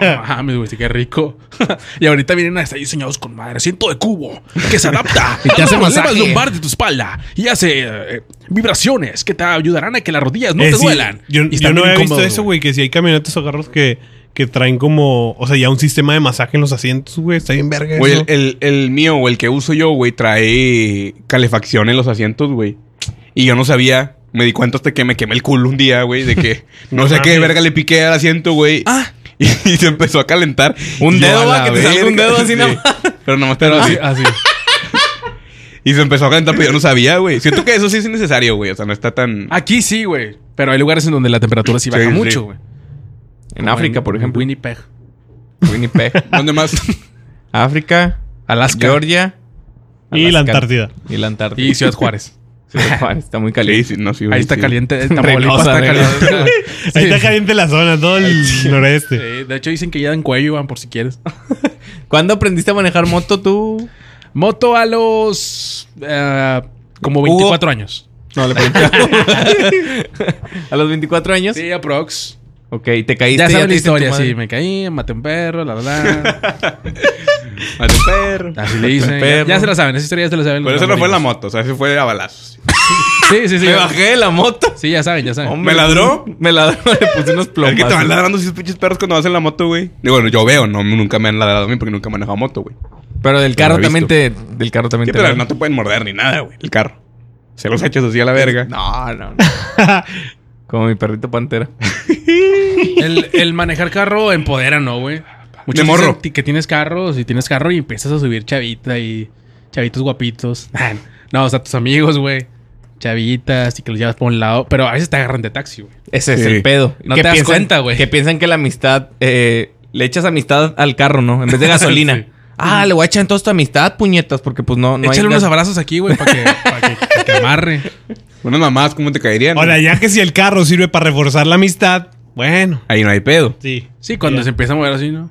Speaker 1: No mames, güey, sí, qué rico. y ahorita vienen a estar diseñados con madre. Asiento de cubo que se adapta y
Speaker 2: te hace masaje.
Speaker 1: lumbar de tu espalda y hace eh, vibraciones que te ayudarán a que las rodillas no
Speaker 3: Eh,
Speaker 1: te
Speaker 3: sí,
Speaker 1: duelan.
Speaker 3: Yo,
Speaker 1: Y
Speaker 3: yo
Speaker 1: están
Speaker 3: no
Speaker 1: bien
Speaker 3: había visto
Speaker 1: cómodos,
Speaker 3: eso, güey, que si hay camionetas o carros que, que traen como, o sea, ya un sistema de masaje en los asientos, güey. Está bien verga
Speaker 4: Güey, eh,
Speaker 3: eso.
Speaker 4: el, el- el mío o el que uso yo, güey, trae calefacción en los asientos, güey. Y yo no sabía, me di cuenta hasta que me quemé el culo un día, güey, de que no
Speaker 3: No
Speaker 4: sé qué
Speaker 3: mames.
Speaker 4: verga le piqué al asiento, güey.
Speaker 1: Ah.
Speaker 4: Y, y se empezó a calentar.
Speaker 2: Un
Speaker 4: Y yo,
Speaker 2: dedo,
Speaker 4: a
Speaker 2: va,
Speaker 4: la
Speaker 2: que te salga un
Speaker 4: verga.
Speaker 2: dedo así
Speaker 4: Sí.
Speaker 2: nada más.
Speaker 4: Pero nada más te lo así.
Speaker 3: ah,
Speaker 1: Así.
Speaker 4: Y se empezó a calentar, pero yo no sabía, güey. Siento que eso sí es necesario, güey. O sea, no está tan.
Speaker 1: Aquí sí, güey. Pero hay lugares en donde la temperatura sí baja
Speaker 4: Sí, sí.
Speaker 1: mucho, güey.
Speaker 2: En África, por ejemplo.
Speaker 1: Winnipeg.
Speaker 2: Winnipeg.
Speaker 4: ¿Dónde más?
Speaker 2: África,
Speaker 1: Alaska.
Speaker 2: Georgia.
Speaker 3: y la
Speaker 2: Alaska.
Speaker 3: Antártida.
Speaker 2: Y la Antártida.
Speaker 1: Y Ciudad Juárez.
Speaker 2: Ciudad Juárez, Está muy
Speaker 4: Sí,
Speaker 2: caliente.
Speaker 4: sí, no, sí, güey,
Speaker 1: Ahí está
Speaker 4: sí.
Speaker 1: caliente.
Speaker 2: Reynosa,
Speaker 1: Tamaulipas está
Speaker 2: Reynosa.
Speaker 1: caliente. güey.
Speaker 3: Ahí está
Speaker 1: Sí.
Speaker 3: caliente la zona, todo el noreste.
Speaker 1: Sí, de hecho dicen que ya dan cuello, Iván, por si quieres.
Speaker 2: ¿Cuándo aprendiste a manejar moto tú?
Speaker 1: Moto a los... eh,
Speaker 2: Uh.
Speaker 1: como 24 años.
Speaker 4: No, le pregunté.
Speaker 2: ¿A los 24 años?
Speaker 1: Sí, aprox.
Speaker 2: Ok, te caíste.
Speaker 1: Ya sabes la
Speaker 2: te hizo tu
Speaker 1: historia,
Speaker 2: madre.
Speaker 1: sí. Me caí, maté un perro, la verdad.
Speaker 4: Mate un perro.
Speaker 1: Así le dicen. Ya,
Speaker 2: perro.
Speaker 1: ya se la saben, esa historia ya se la saben.
Speaker 4: Pero
Speaker 1: los
Speaker 4: eso no fue en la
Speaker 1: amorines.
Speaker 4: moto, o sea, eso fue a balazos.
Speaker 1: Sí, sí, sí.
Speaker 2: Me bajé de la moto.
Speaker 1: Sí, ya saben, ya saben.
Speaker 2: Hombre,
Speaker 4: ¿Me ladró?
Speaker 2: Me ladró, le puse unos
Speaker 4: Es
Speaker 2: plomazos.
Speaker 4: que te van ladrando esos pinches perros cuando vas en la moto, güey. Y bueno, yo veo, no, nunca me han ladrado a mí porque nunca he manejado moto, güey.
Speaker 2: Pero del
Speaker 4: Pero
Speaker 2: carro
Speaker 4: lo he
Speaker 2: también te... Del carro también
Speaker 4: Sí,
Speaker 2: te
Speaker 4: pero
Speaker 2: ladró.
Speaker 4: no te pueden morder ni nada, güey. El carro. Se los echas así a la verga.
Speaker 2: No, no, no. Como mi perrito pantera.
Speaker 1: El, el manejar carro empodera, ¿no, güey? Muchos
Speaker 4: De morro.
Speaker 1: dicen ti- que tienes carros y tienes carro y empiezas a subir chavita y chavitos guapitos. No, o sea, tus amigos, güey. Chavitas y que los llevas por un lado. Pero a veces te agarran de taxi, güey.
Speaker 2: Ese es
Speaker 4: Sí.
Speaker 2: el pedo.
Speaker 1: No
Speaker 2: Que
Speaker 1: te das cuenta, güey.
Speaker 2: Que piensan que la amistad... eh, le echas amistad al carro, ¿no? En vez de gasolina.
Speaker 1: Sí.
Speaker 2: Ah, le voy a echar entonces tu amistad, puñetas, porque pues no, no
Speaker 1: Échale
Speaker 2: hay...
Speaker 1: unos
Speaker 2: gas-
Speaker 1: abrazos aquí, güey, para que, pa' que- que te amarre.
Speaker 4: Unas mamás, ¿cómo te caerían?
Speaker 3: Ahora, ya que si el carro sirve para reforzar la amistad, bueno.
Speaker 4: Ahí no hay pedo.
Speaker 3: Sí.
Speaker 1: Sí, cuando
Speaker 3: Ya.
Speaker 1: se empieza a mover así, ¿no?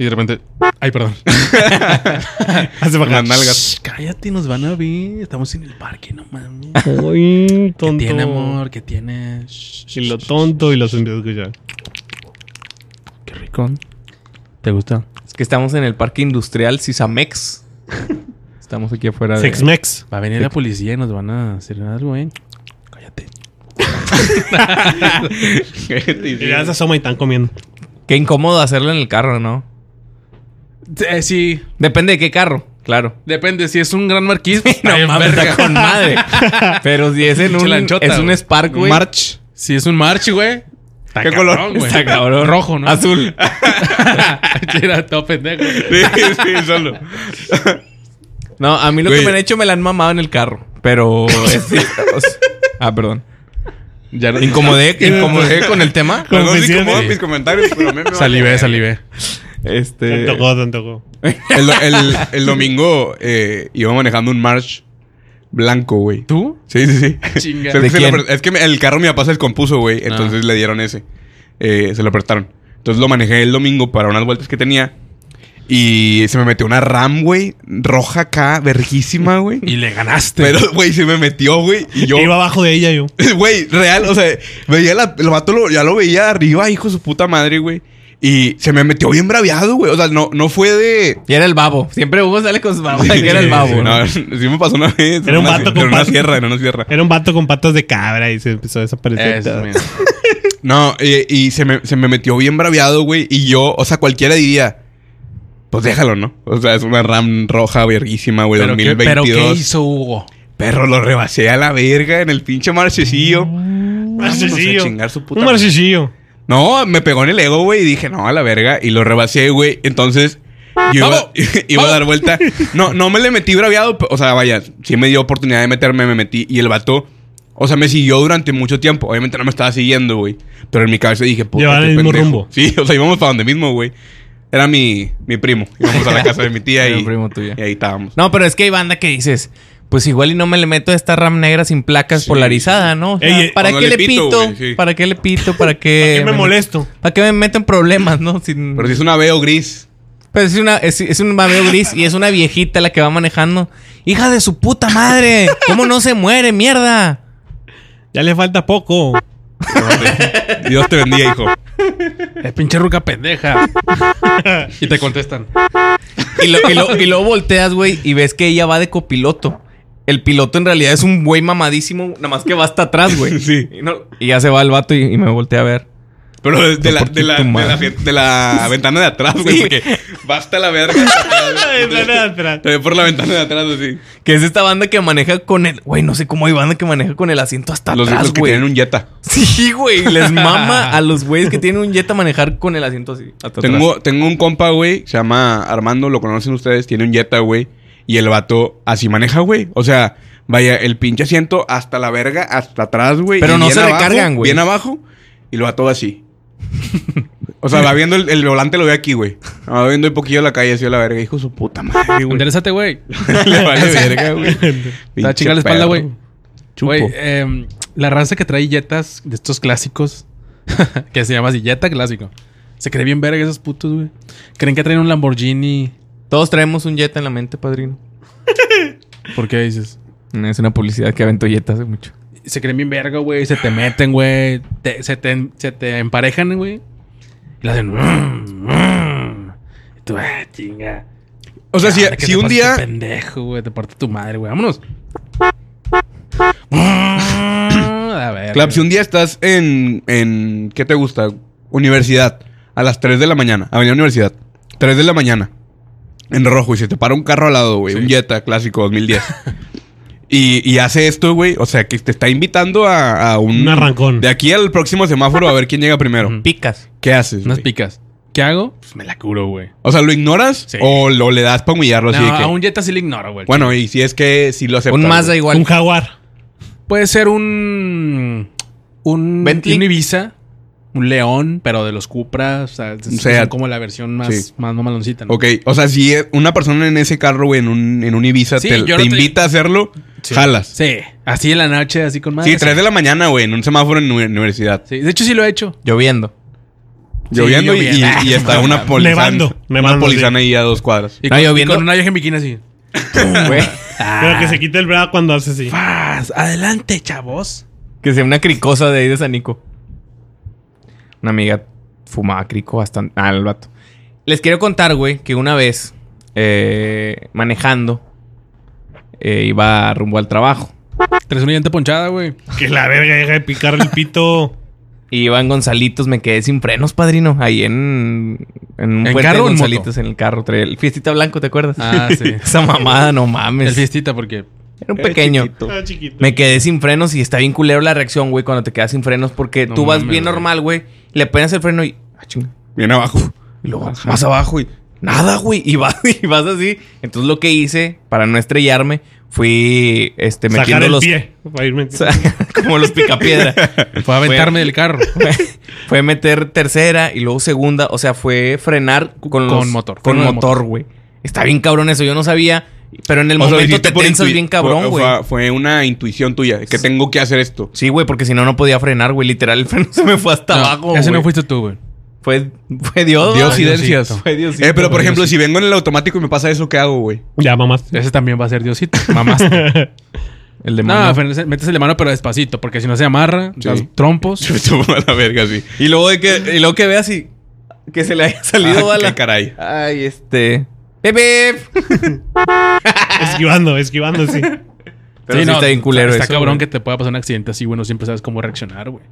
Speaker 1: y de repente. Ay, perdón.
Speaker 3: Hace para
Speaker 4: Unas
Speaker 3: acá.
Speaker 4: nalgas.
Speaker 1: Cállate, nos van a ver. Estamos en el parque, no mames.
Speaker 3: Uy,
Speaker 1: ¿Qué
Speaker 3: tonto.
Speaker 1: tiene, amor? ¿Qué tiene?
Speaker 3: Y lo tonto y los empiezo a escuchar.
Speaker 1: Qué rico. ¿Te gusta?
Speaker 2: Es que estamos en el parque industrial Cisamex. Estamos aquí afuera de...
Speaker 3: Sexmex.
Speaker 1: Va a venir la policía y nos van a hacer algo, ¿eh? Cállate.
Speaker 3: Y ya se asoma y están comiendo.
Speaker 2: Qué incómodo hacerlo en el carro, ¿no?
Speaker 1: Eh, sí,
Speaker 2: Depende de qué carro, claro.
Speaker 1: depende. Si es un gran marquís, pues, está
Speaker 2: No
Speaker 1: bien
Speaker 2: mames,
Speaker 1: verga.
Speaker 2: está con madre. Pero si es en
Speaker 1: Pinche
Speaker 2: un,
Speaker 1: lanchota,
Speaker 2: es un
Speaker 1: güey.
Speaker 2: Spark, güey.
Speaker 4: March.
Speaker 1: Si es un March, güey. está
Speaker 4: ¿Qué
Speaker 1: cabrón,
Speaker 4: color?
Speaker 1: güey.
Speaker 2: Está cabrón.
Speaker 1: Rojo, ¿no?
Speaker 2: Azul.
Speaker 1: Era todo pendejo.
Speaker 4: Sí, sí, solo.
Speaker 2: No, a mí lo que
Speaker 4: Güey.
Speaker 2: me han hecho me la han mamado en el carro. Pero. es- o sea- ah, perdón.
Speaker 4: Ya no-
Speaker 2: Incomodé, incomodé con el tema.
Speaker 4: Perdón si
Speaker 3: Confesiones.
Speaker 4: incomodo mis comentarios, pero a mí me vale
Speaker 1: Salivé,
Speaker 4: verga.
Speaker 1: salivé.
Speaker 3: Te
Speaker 2: Este.
Speaker 3: tocó, te tocó.
Speaker 4: El, el- el domingo eh, iba manejando un March blanco, güey.
Speaker 1: ¿Tú?
Speaker 4: Sí, sí, sí.
Speaker 1: Chinga.
Speaker 4: Se-
Speaker 2: ¿De
Speaker 4: se lo
Speaker 2: quién?
Speaker 4: apre- es que me- el carro mi papá se descompuso, güey. Entonces le dieron ese. Eh, se lo prestaron. Entonces lo manejé el domingo para unas vueltas que tenía. Y se me metió una RAM, güey. Roja acá, verguísima, güey.
Speaker 1: Y le ganaste.
Speaker 4: Pero, güey, se me metió, güey. Y yo.
Speaker 3: Iba abajo de ella yo.
Speaker 4: Güey, real, o sea, veía la, el vato, lo- ya lo veía arriba, hijo de su puta madre, güey. Y se me metió bien braviado, güey. O sea, no, no fue de.
Speaker 2: Y era el babo. Siempre Hugo sale con su babo. de que era el babo.
Speaker 4: Sí,
Speaker 2: ¿no?
Speaker 4: no, sí me pasó una vez.
Speaker 3: Era un
Speaker 4: Una-
Speaker 3: vato con
Speaker 4: Pero en una
Speaker 3: patas.
Speaker 4: sierra, en una sierra.
Speaker 3: Era un vato con patas de cabra y se empezó a desaparecer.
Speaker 1: Eso, mira.
Speaker 4: No, eh, y se me, se me metió bien braviado, güey. Y yo, o sea, cualquiera diría, pues déjalo, ¿no? O sea, es una RAM roja, verguísima, güey,
Speaker 1: ¿Pero qué,
Speaker 4: 2022.
Speaker 1: pero ¿qué hizo Hugo?
Speaker 4: Perro, lo rebasé a la verga en el pinche marchecillo.
Speaker 1: Mm.
Speaker 3: Marcillo.
Speaker 4: Vámonos a chingar su puta
Speaker 3: Un
Speaker 4: madre.
Speaker 3: marcillo.
Speaker 4: No, me pegó en el ego, güey, y dije, no, a la verga. Y lo rebasé, güey. Entonces, yo iba, iba a dar vuelta. No, no me le metí braviado. p- O sea, vaya, sí me dio oportunidad de meterme, me metí. Y el vato, o sea, me siguió durante mucho tiempo. Obviamente no me estaba siguiendo, güey. Pero en mi cabeza dije, puta,
Speaker 3: Llevaban
Speaker 4: qué
Speaker 3: el mismo
Speaker 4: pendejo.
Speaker 3: rumbo.
Speaker 4: Sí, o sea, íbamos para donde mismo, güey. Era mi, mi primo. Íbamos a la casa de mi tía
Speaker 2: Era
Speaker 4: y,
Speaker 2: un primo tuyo.
Speaker 4: y ahí estábamos.
Speaker 2: No, pero es que hay banda que dices, pues igual y no me le meto a esta RAM negra sin placas
Speaker 4: Sí,
Speaker 2: polarizada, ¿no? O sea,
Speaker 3: Ey, eh,
Speaker 2: ¿Para
Speaker 4: o no
Speaker 2: qué
Speaker 4: le
Speaker 2: le
Speaker 4: pito,
Speaker 2: pito?
Speaker 4: güey, sí.
Speaker 2: ¿Para qué le pito? ¿Para qué?
Speaker 3: ¿Qué me molesto?
Speaker 2: ¿Para qué me meto en problemas, no? Sin-
Speaker 4: Pero si es una veo gris.
Speaker 2: Pero es, una, es, es un mameo gris y es una viejita la que va manejando. ¡Hija de su puta madre! ¿Cómo no se muere, mierda?
Speaker 3: Ya le falta poco.
Speaker 4: Dios te bendiga, hijo.
Speaker 1: Es pinche ruca pendeja. y te contestan.
Speaker 2: Y, lo, y, lo- y luego volteas, güey, y ves que ella va de copiloto. El piloto en realidad es un güey mamadísimo, nada más que va hasta atrás, güey.
Speaker 4: Sí.
Speaker 2: Y, no- y ya se va el vato y, y me voltea a ver.
Speaker 4: Pero de, de la,
Speaker 2: ¿Por qué
Speaker 4: de, la,
Speaker 2: tu
Speaker 4: de, la,
Speaker 2: madre?
Speaker 4: fie- de la ventana de atrás, güey.
Speaker 2: Sí.
Speaker 4: Porque basta la verga. Te ve por la ventana de atrás, así.
Speaker 2: Que es esta banda que maneja con el... Güey, no sé cómo hay banda que maneja con el asiento hasta
Speaker 4: Los,
Speaker 2: atrás,
Speaker 4: los que
Speaker 2: güey.
Speaker 4: tienen un Jetta.
Speaker 2: Sí, güey. Les mama a los güeyes que tienen un Jetta manejar con el asiento así. Hasta atrás.
Speaker 4: Tengo, tengo un compa, güey, se llama Armando, lo conocen ustedes, tiene un Jetta, güey. Y el vato así maneja, güey. O sea, vaya, el pinche asiento hasta la verga, hasta atrás, güey.
Speaker 2: Pero
Speaker 4: y
Speaker 2: no
Speaker 4: bien
Speaker 2: se
Speaker 4: abajo,
Speaker 2: recargan, güey.
Speaker 4: Bien abajo, y lo va todo así. O sea, va viendo el, el volante, lo ve aquí, güey. Ah, Va viendo un poquillo la calle, así a la verga. Hijo de su puta madre, güey.
Speaker 1: Enderezate, güey.
Speaker 4: Le vale verga, güey.
Speaker 1: Te va a
Speaker 4: Pinche
Speaker 1: chingar la espalda,
Speaker 4: perro.
Speaker 1: güey.
Speaker 4: Chupo.
Speaker 1: Güey, em, la raza que trae jetas de estos clásicos, que se llama así, Jetta clásico. Se cree bien verga esos putos, güey. Creen que traen un Lamborghini.
Speaker 2: Todos traemos un Jetta en la mente, padrino.
Speaker 1: ¿Por qué dices?
Speaker 2: Es una publicidad que aventó Jetta hace mucho.
Speaker 1: Se creen bien verga, güey. Se te meten, güey. te- se, te, se te emparejan, güey. Y le hacen... "Mm, mm". Y tú, ah, chinga.
Speaker 4: O sea, si,
Speaker 1: Ah, que
Speaker 4: si
Speaker 1: te
Speaker 4: un
Speaker 1: parte
Speaker 4: día.
Speaker 1: Pendejo, güey. Te parte tu madre, güey. Vámonos. A ver.
Speaker 4: Clap, si un día estás en, en. ¿Qué te gusta? Universidad. A las 3 de la mañana. Avenida Universidad. 3 de la mañana. En rojo. Y se te para un carro al lado, güey. Un Jetta clásico 2010. y, y hace esto, güey. O sea, que te está invitando a, a un.
Speaker 3: Un arrancón.
Speaker 4: De aquí al próximo semáforo a ver quién llega primero.
Speaker 1: Ujú.
Speaker 2: Picas.
Speaker 4: ¿Qué haces?
Speaker 1: Unas
Speaker 4: güey?
Speaker 1: picas. ¿Qué hago? Pues me la curo, güey.
Speaker 4: O sea, ¿lo ignoras?
Speaker 1: Sí.
Speaker 4: O lo le das para humillarlo así
Speaker 1: No,
Speaker 4: de que.
Speaker 1: a un Jetta sí le ignoro, güey.
Speaker 4: Bueno, y si es que si lo aceptas.
Speaker 2: un Mazda
Speaker 4: güey.
Speaker 2: igual.
Speaker 3: Un jaguar.
Speaker 1: Puede ser un. Un.
Speaker 2: Bentley.
Speaker 1: Un Ibiza. Un León, pero de los Cupra. O sea, es-
Speaker 4: Un Seat.
Speaker 1: son como la versión más,
Speaker 4: Sí.
Speaker 1: más mamaloncita, ¿no?
Speaker 4: Ok, o sea, si es- una persona en ese carro, güey, en un, en un Ibiza,
Speaker 1: Sí,
Speaker 4: te,
Speaker 1: yo
Speaker 4: te
Speaker 1: no te-
Speaker 4: invita a hacerlo,
Speaker 1: Sí.
Speaker 4: jalas.
Speaker 1: Sí. Así en la noche, así con madre.
Speaker 4: Sí, 3 de la mañana, güey, en un semáforo en la universidad.
Speaker 1: Sí, De hecho, sí lo he hecho.
Speaker 2: Lloviendo.
Speaker 4: Lloviendo y-
Speaker 1: lloviendo.
Speaker 4: Y, y está una polizana.
Speaker 3: Nevando,
Speaker 4: una
Speaker 3: nevando,
Speaker 4: polizana ahí a dos cuadras.
Speaker 1: Y,
Speaker 2: No,
Speaker 1: con,
Speaker 2: yo
Speaker 1: y
Speaker 2: viendo-
Speaker 1: con una vieja en bikini así.
Speaker 2: Güey.
Speaker 3: Pero que se quite el brazo cuando hace así.
Speaker 1: Paz, adelante, chavos.
Speaker 2: Que sea una cricosa de ahí de San Nico. Una amiga fumaba crico bastante. Ah, el vato. Les quiero contar, güey, que una vez eh, manejando eh, iba rumbo al trabajo.
Speaker 1: Traes una llanta ponchada, güey.
Speaker 3: Que la verga deja de picar el pito.
Speaker 2: Y iba en Gonzalitos, me quedé sin frenos, padrino. Ahí en. En un
Speaker 1: ¿En
Speaker 2: puente
Speaker 1: carro
Speaker 2: de
Speaker 1: o en moto?
Speaker 2: Gonzalitos, en el carro. Traía el fiestita blanco, ¿te acuerdas?
Speaker 1: Ah, sí.
Speaker 2: Esa mamada, no mames.
Speaker 1: El fiestita, porque.
Speaker 2: Era un pequeño.
Speaker 3: Ah, chiquito.
Speaker 2: Me quedé sin frenos y está bien culero la reacción, güey, cuando te quedas sin frenos. Porque
Speaker 1: No
Speaker 2: tú vas
Speaker 1: mames,
Speaker 2: bien
Speaker 1: güey.
Speaker 2: normal, güey. Le pegas el freno y. Ah, chinga.
Speaker 4: Bien abajo.
Speaker 2: Y luego más abajo y nada, güey. Y vas, y vas así. Entonces lo que hice para no estrellarme fui este,
Speaker 3: Sacar
Speaker 2: metiendo
Speaker 3: el
Speaker 2: los.
Speaker 3: pie. Para irme.
Speaker 2: como los picapiedra.
Speaker 1: Fue a aventarme del carro.
Speaker 2: fue meter tercera y luego segunda. O sea, fue frenar con, los-
Speaker 1: Con motor.
Speaker 2: Con
Speaker 1: Freno de
Speaker 2: motor, güey. Está bien cabrón eso. Yo no sabía. Pero en el
Speaker 4: O sea, lo
Speaker 2: momento
Speaker 4: hiciste
Speaker 2: te
Speaker 4: por
Speaker 2: tensas
Speaker 4: intui-
Speaker 2: bien cabrón,
Speaker 4: fue-
Speaker 2: güey.
Speaker 4: Fue, fue una intuición tuya. Que tengo que hacer esto.
Speaker 2: Sí, güey, porque si no, no podía frenar, güey. Literal, el freno se me fue hasta
Speaker 1: No,
Speaker 2: abajo,
Speaker 1: Ese no
Speaker 2: güey.
Speaker 1: fuiste tú, güey.
Speaker 2: Fue, fue Dios.
Speaker 4: Dios
Speaker 2: güey.
Speaker 4: y Diosidencias.
Speaker 1: Diosito.
Speaker 2: Fue Diosito,
Speaker 4: Eh, pero por
Speaker 2: güey.
Speaker 4: ejemplo, si vengo en el automático y me pasa eso, ¿qué hago, güey?
Speaker 3: Ya, mamás.
Speaker 1: Ese también va a ser Diosito. Mamás.
Speaker 2: El de
Speaker 1: No, Fernández, métese la mano, pero despacito, porque si no se amarra,
Speaker 4: Sí.
Speaker 1: das trompos.
Speaker 4: Se me tomó a la verga así.
Speaker 2: Y luego de que, y luego que veas y que se le haya salido
Speaker 4: Ah,
Speaker 2: bala.
Speaker 4: qué caray.
Speaker 2: Ay, este. Pepe.
Speaker 3: Esquivando, esquivando, sí.
Speaker 2: Pero sí, está bien culero
Speaker 1: Está
Speaker 2: eso,
Speaker 1: cabrón
Speaker 2: güey.
Speaker 1: que te pueda pasar un accidente así, bueno, siempre sabes cómo reaccionar, güey.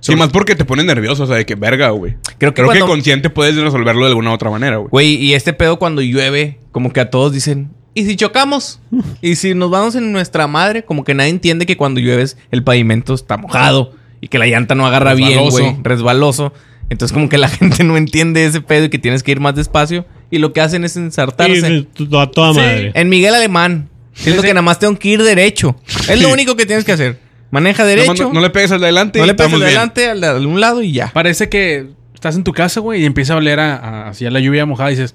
Speaker 4: Sí, más porque te pone nervioso, o sea, de que verga, güey.
Speaker 2: Creo que
Speaker 4: Creo que
Speaker 2: cuando-
Speaker 4: consciente puedes resolverlo de alguna otra manera, güey.
Speaker 2: Güey, y este pedo cuando llueve, como que a todos dicen, ¿y si chocamos? ¿Y si nos vamos en nuestra madre? Como que nadie entiende que cuando llueves el pavimento está mojado y que la llanta no agarra
Speaker 1: Resbaloso.
Speaker 2: bien, güey, resbaloso. Entonces como que la gente no entiende ese pedo y que tienes que ir más despacio y lo que hacen es ensartarse.
Speaker 3: Sí, t- a toda madre.
Speaker 2: En Miguel Alemán, siento que nada más tengo que ir derecho. Es lo único que tienes que hacer. Maneja
Speaker 4: Nomás
Speaker 2: derecho.
Speaker 4: No, no le pegues al de adelante.
Speaker 2: No
Speaker 4: y
Speaker 2: le pases
Speaker 4: estamos bien.
Speaker 2: adelante al de al un lado y ya.
Speaker 1: Parece que estás en tu casa, güey, y empieza a oler a, a- así a la lluvia mojada y dices,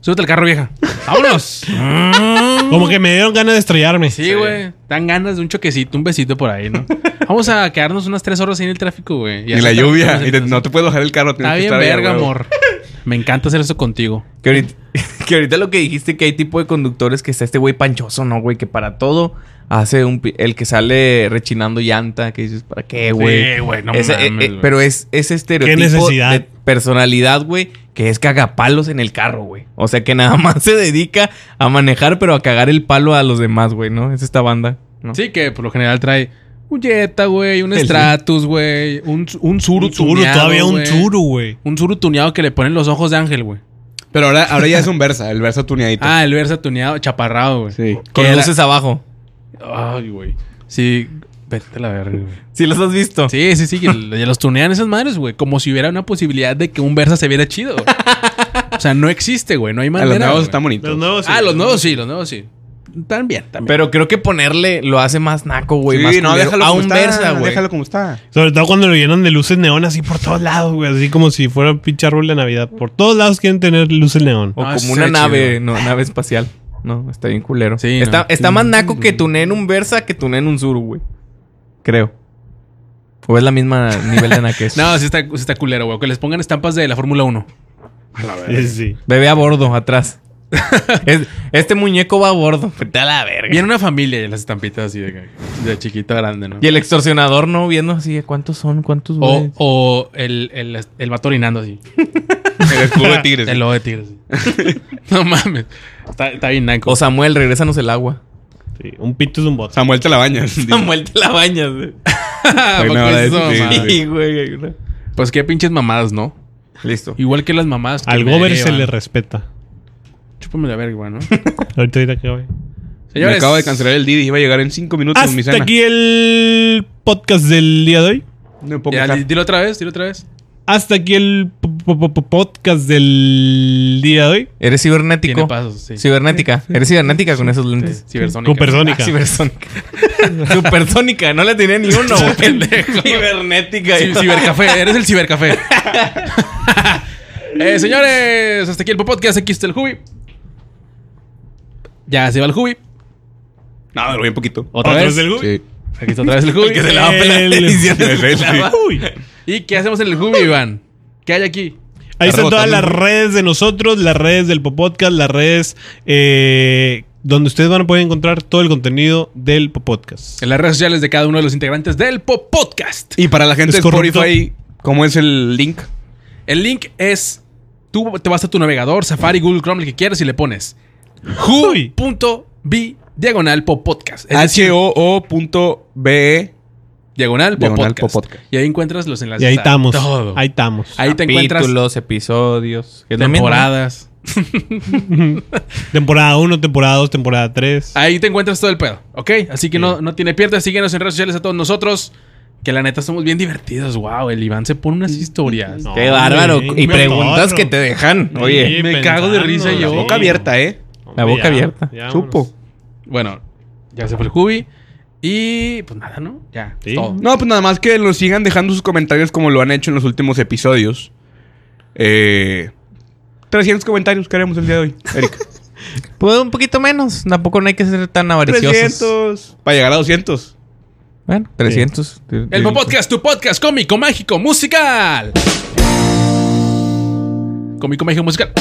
Speaker 1: súbete al carro, vieja. ¡Vámonos!
Speaker 3: Ah, Como que me dieron ganas de estrellarme.
Speaker 1: sí, güey. Dan ganas de un choquecito, un besito por ahí, ¿no? Vamos a quedarnos unas tres horas ahí en el tráfico, güey.
Speaker 4: Y en la
Speaker 1: así
Speaker 4: lluvia.
Speaker 1: estamos
Speaker 4: Y te-
Speaker 1: entonces.
Speaker 4: no te puedes bajar el carro. tienes
Speaker 1: Está
Speaker 4: que
Speaker 1: bien,
Speaker 4: estar ahí,
Speaker 1: verga,
Speaker 4: güey.
Speaker 1: amor. Me encanta hacer eso contigo.
Speaker 2: Que ahorita, que ahorita lo que dijiste que hay tipo de conductores que está este güey panchoso, ¿no, güey? Que para todo hace un... pi- El que sale rechinando llanta, que dices, ¿para qué, güey?
Speaker 1: Sí, güey, no
Speaker 2: Ese-
Speaker 1: mames,
Speaker 2: eh, eh,
Speaker 1: güey.
Speaker 2: pero es ese estereotipo
Speaker 3: necesidad?
Speaker 2: de personalidad, güey, que es cagapalos en el carro, güey. O sea, que nada más se dedica a manejar, pero a cagar el palo a los demás, güey, ¿no? Es esta banda, ¿no?
Speaker 1: Sí, que por lo general trae un Jetta, güey, un Stratus, güey, un, un Zuru
Speaker 3: Un churu,
Speaker 1: tuneado,
Speaker 3: todavía un
Speaker 1: güey.
Speaker 3: churu, güey.
Speaker 1: Un Zuru tuneado que le ponen los ojos de ángel, güey.
Speaker 4: Pero ahora, ahora ya es un Versa, el Versa tuneadito.
Speaker 1: Ah, el Versa tuneado, chaparrado, güey.
Speaker 4: sí.
Speaker 2: Con
Speaker 1: Que la-
Speaker 2: luces abajo.
Speaker 1: Ay, güey. Sí, vete a la verga, güey.
Speaker 2: ¿Sí los has visto?
Speaker 1: Sí, sí, sí, que l- los tunean esas madres, güey. Como si hubiera una posibilidad de que un Versa se viera chido. güey. O sea, no existe, güey. No hay
Speaker 4: A
Speaker 1: manera.
Speaker 4: los nuevos
Speaker 1: güey.
Speaker 4: están bonitos.
Speaker 3: Los nuevos. sí.
Speaker 1: Ah, los nuevos sí, los nuevos sí. También, también.
Speaker 2: Pero creo que ponerle lo hace más naco, güey.
Speaker 4: Sí,
Speaker 2: más
Speaker 4: no,
Speaker 2: culero.
Speaker 4: déjalo
Speaker 2: a
Speaker 4: como
Speaker 2: un
Speaker 4: está.
Speaker 2: Versa, güey.
Speaker 4: Déjalo como está.
Speaker 3: Sobre todo cuando lo llenan de luces neón así por todos lados, güey. Así como si fuera un pinche árbol de Navidad. Por todos lados quieren tener luces neón.
Speaker 2: O
Speaker 1: Ah,
Speaker 2: como
Speaker 1: sí
Speaker 2: una
Speaker 1: está
Speaker 2: nave,
Speaker 1: chido.
Speaker 2: no, nave espacial. No, está bien culero.
Speaker 1: Sí,
Speaker 2: está
Speaker 1: no.
Speaker 2: está más naco que tuneen un Versa que tuneen un Zuru, güey. Creo. O es la misma nivel de naquez.
Speaker 1: No, sí está, sí está culero, güey. Que les pongan estampas de la Fórmula 1.
Speaker 3: Sí, sí.
Speaker 2: Bebé a bordo, atrás. Es- este muñeco va a bordo. Vete a la verga.
Speaker 1: Viene una familia y las estampitas así de, de chiquito a grande, ¿no?
Speaker 2: Y el extorsionador, ¿no? Viendo así, ¿cuántos son? ¿Cuántos,
Speaker 1: O,
Speaker 2: güey?
Speaker 1: o el, el, el vato orinando así.
Speaker 4: El escudo de tigres.
Speaker 1: El lobo de tigres. no mames. Está, está bien naco.
Speaker 2: O Samuel, regrésanos el agua.
Speaker 3: Sí, Un pito es un bot.
Speaker 4: Samuel te la bañas.
Speaker 2: Samuel, te la bañas, güey.
Speaker 1: ¿A poco
Speaker 4: no,
Speaker 1: es eso,
Speaker 4: sí,
Speaker 1: mamada?
Speaker 4: sí.
Speaker 2: Sí, güey, ahí, ¿no?
Speaker 1: Pues qué pinches mamadas, ¿no?
Speaker 2: Listo.
Speaker 1: Igual que las mamadas. que
Speaker 3: Al
Speaker 1: me
Speaker 3: gober se
Speaker 1: llevan.
Speaker 3: le respeta.
Speaker 1: Chúpame la verga, güey, ¿no?
Speaker 3: Ahorita dirá que güey.
Speaker 4: Me
Speaker 1: Señores,
Speaker 4: acabo de cancelar el Didi. Iba a llegar en 5 minutos mi
Speaker 3: Hasta
Speaker 4: cena.
Speaker 3: aquí el podcast del día de hoy.
Speaker 4: No me puedo
Speaker 1: ya, di-
Speaker 4: quejar.
Speaker 1: dilo otra vez, dilo otra vez.
Speaker 3: Hasta aquí el po- po- po- po- podcast del día de hoy.
Speaker 2: ¿Eres
Speaker 1: Tiene
Speaker 2: cibernético?
Speaker 1: pasos, sí.
Speaker 2: Cibernética. ¿Eres cibernética con esos
Speaker 1: Sí,
Speaker 2: lentes?
Speaker 1: Cibersónica.
Speaker 3: Supersónica.
Speaker 2: Ah, cibersónica. Supersónica, no la tenía ni uno, güey.
Speaker 1: Pendejo.
Speaker 2: Cibernética.
Speaker 1: Ci- cibercafé, eres el cibercafé. Eh, señores, hasta aquí el podcast. Aquí está el Hubi. Ya se va el Hubi.
Speaker 4: No, me lo voy un poquito.
Speaker 1: Otra
Speaker 3: Otros
Speaker 1: vez.
Speaker 3: del Gubi.
Speaker 4: Sí.
Speaker 1: Aquí está otra vez el Hubi.
Speaker 2: que se la va a pelar
Speaker 3: El-
Speaker 2: diciendo
Speaker 4: el-
Speaker 2: que se la va-
Speaker 3: Uy.
Speaker 1: ¿Y qué hacemos en el Hubi, Iván? ¿Qué hay aquí?
Speaker 3: Ahí están
Speaker 4: Arroba
Speaker 3: todas las
Speaker 4: también.
Speaker 3: redes de nosotros, las redes del Popodcast, las redes eh, donde ustedes van a poder encontrar todo el contenido del Popodcast.
Speaker 1: En las redes sociales de cada uno de los integrantes del Pop Podcast.
Speaker 4: Y para la gente de
Speaker 3: Es corrupto.
Speaker 4: Spotify, ¿cómo es el link?
Speaker 1: El link es. Tú te vas a tu navegador, Safari, Google Chrome, el que quieras, y le pones
Speaker 3: Uy.
Speaker 1: punto b diagonal po podcast.
Speaker 4: Ah,
Speaker 1: Es decir,
Speaker 4: H-O-O.be.
Speaker 1: diagonal po
Speaker 4: diagonal
Speaker 1: podcast.
Speaker 4: popodcast.
Speaker 1: Y ahí encuentras los enlaces.
Speaker 3: Y ahí
Speaker 1: a
Speaker 3: estamos.
Speaker 1: Todo.
Speaker 3: Ahí estamos.
Speaker 1: Ahí te encuentras
Speaker 2: Capítulos, episodios. que es lo mismo, ¿no?
Speaker 1: temporadas.
Speaker 3: Temporada 1, temporada 2, temporada 3.
Speaker 1: Ahí te encuentras todo el pedo, ¿ok? Así que no, no tiene pierda. Síguenos en redes sociales a todos nosotros. Que la neta somos bien divertidos. Wow, el Iván se pone unas historias.
Speaker 3: No.
Speaker 2: Qué bárbaro.
Speaker 3: Hombre,
Speaker 2: Y
Speaker 3: un
Speaker 2: preguntas
Speaker 3: cotorro.
Speaker 2: que te dejan.
Speaker 3: Sí.
Speaker 2: Oye,
Speaker 4: Me
Speaker 3: pensando,
Speaker 4: cago de risa y yo.
Speaker 3: sí.
Speaker 4: Boca abierta, ¿eh?
Speaker 2: la boca abierta.
Speaker 4: Supo.
Speaker 1: Bueno, ya se fue el Jubi. Y pues nada, ¿no? Ya.
Speaker 3: Sí.
Speaker 1: es todo.
Speaker 4: No, pues nada más que nos sigan dejando sus comentarios como lo han hecho en los últimos episodios. Eh, 300 comentarios queremos el día de hoy, Erika.
Speaker 2: Pues un poquito menos. Tampoco no hay que ser tan avariciosos.
Speaker 4: 300. Para llegar a 200.
Speaker 2: Bueno, 300.
Speaker 1: El Po Podcast, tu podcast cómico, mágico, musical. Cómico, mágico, musical.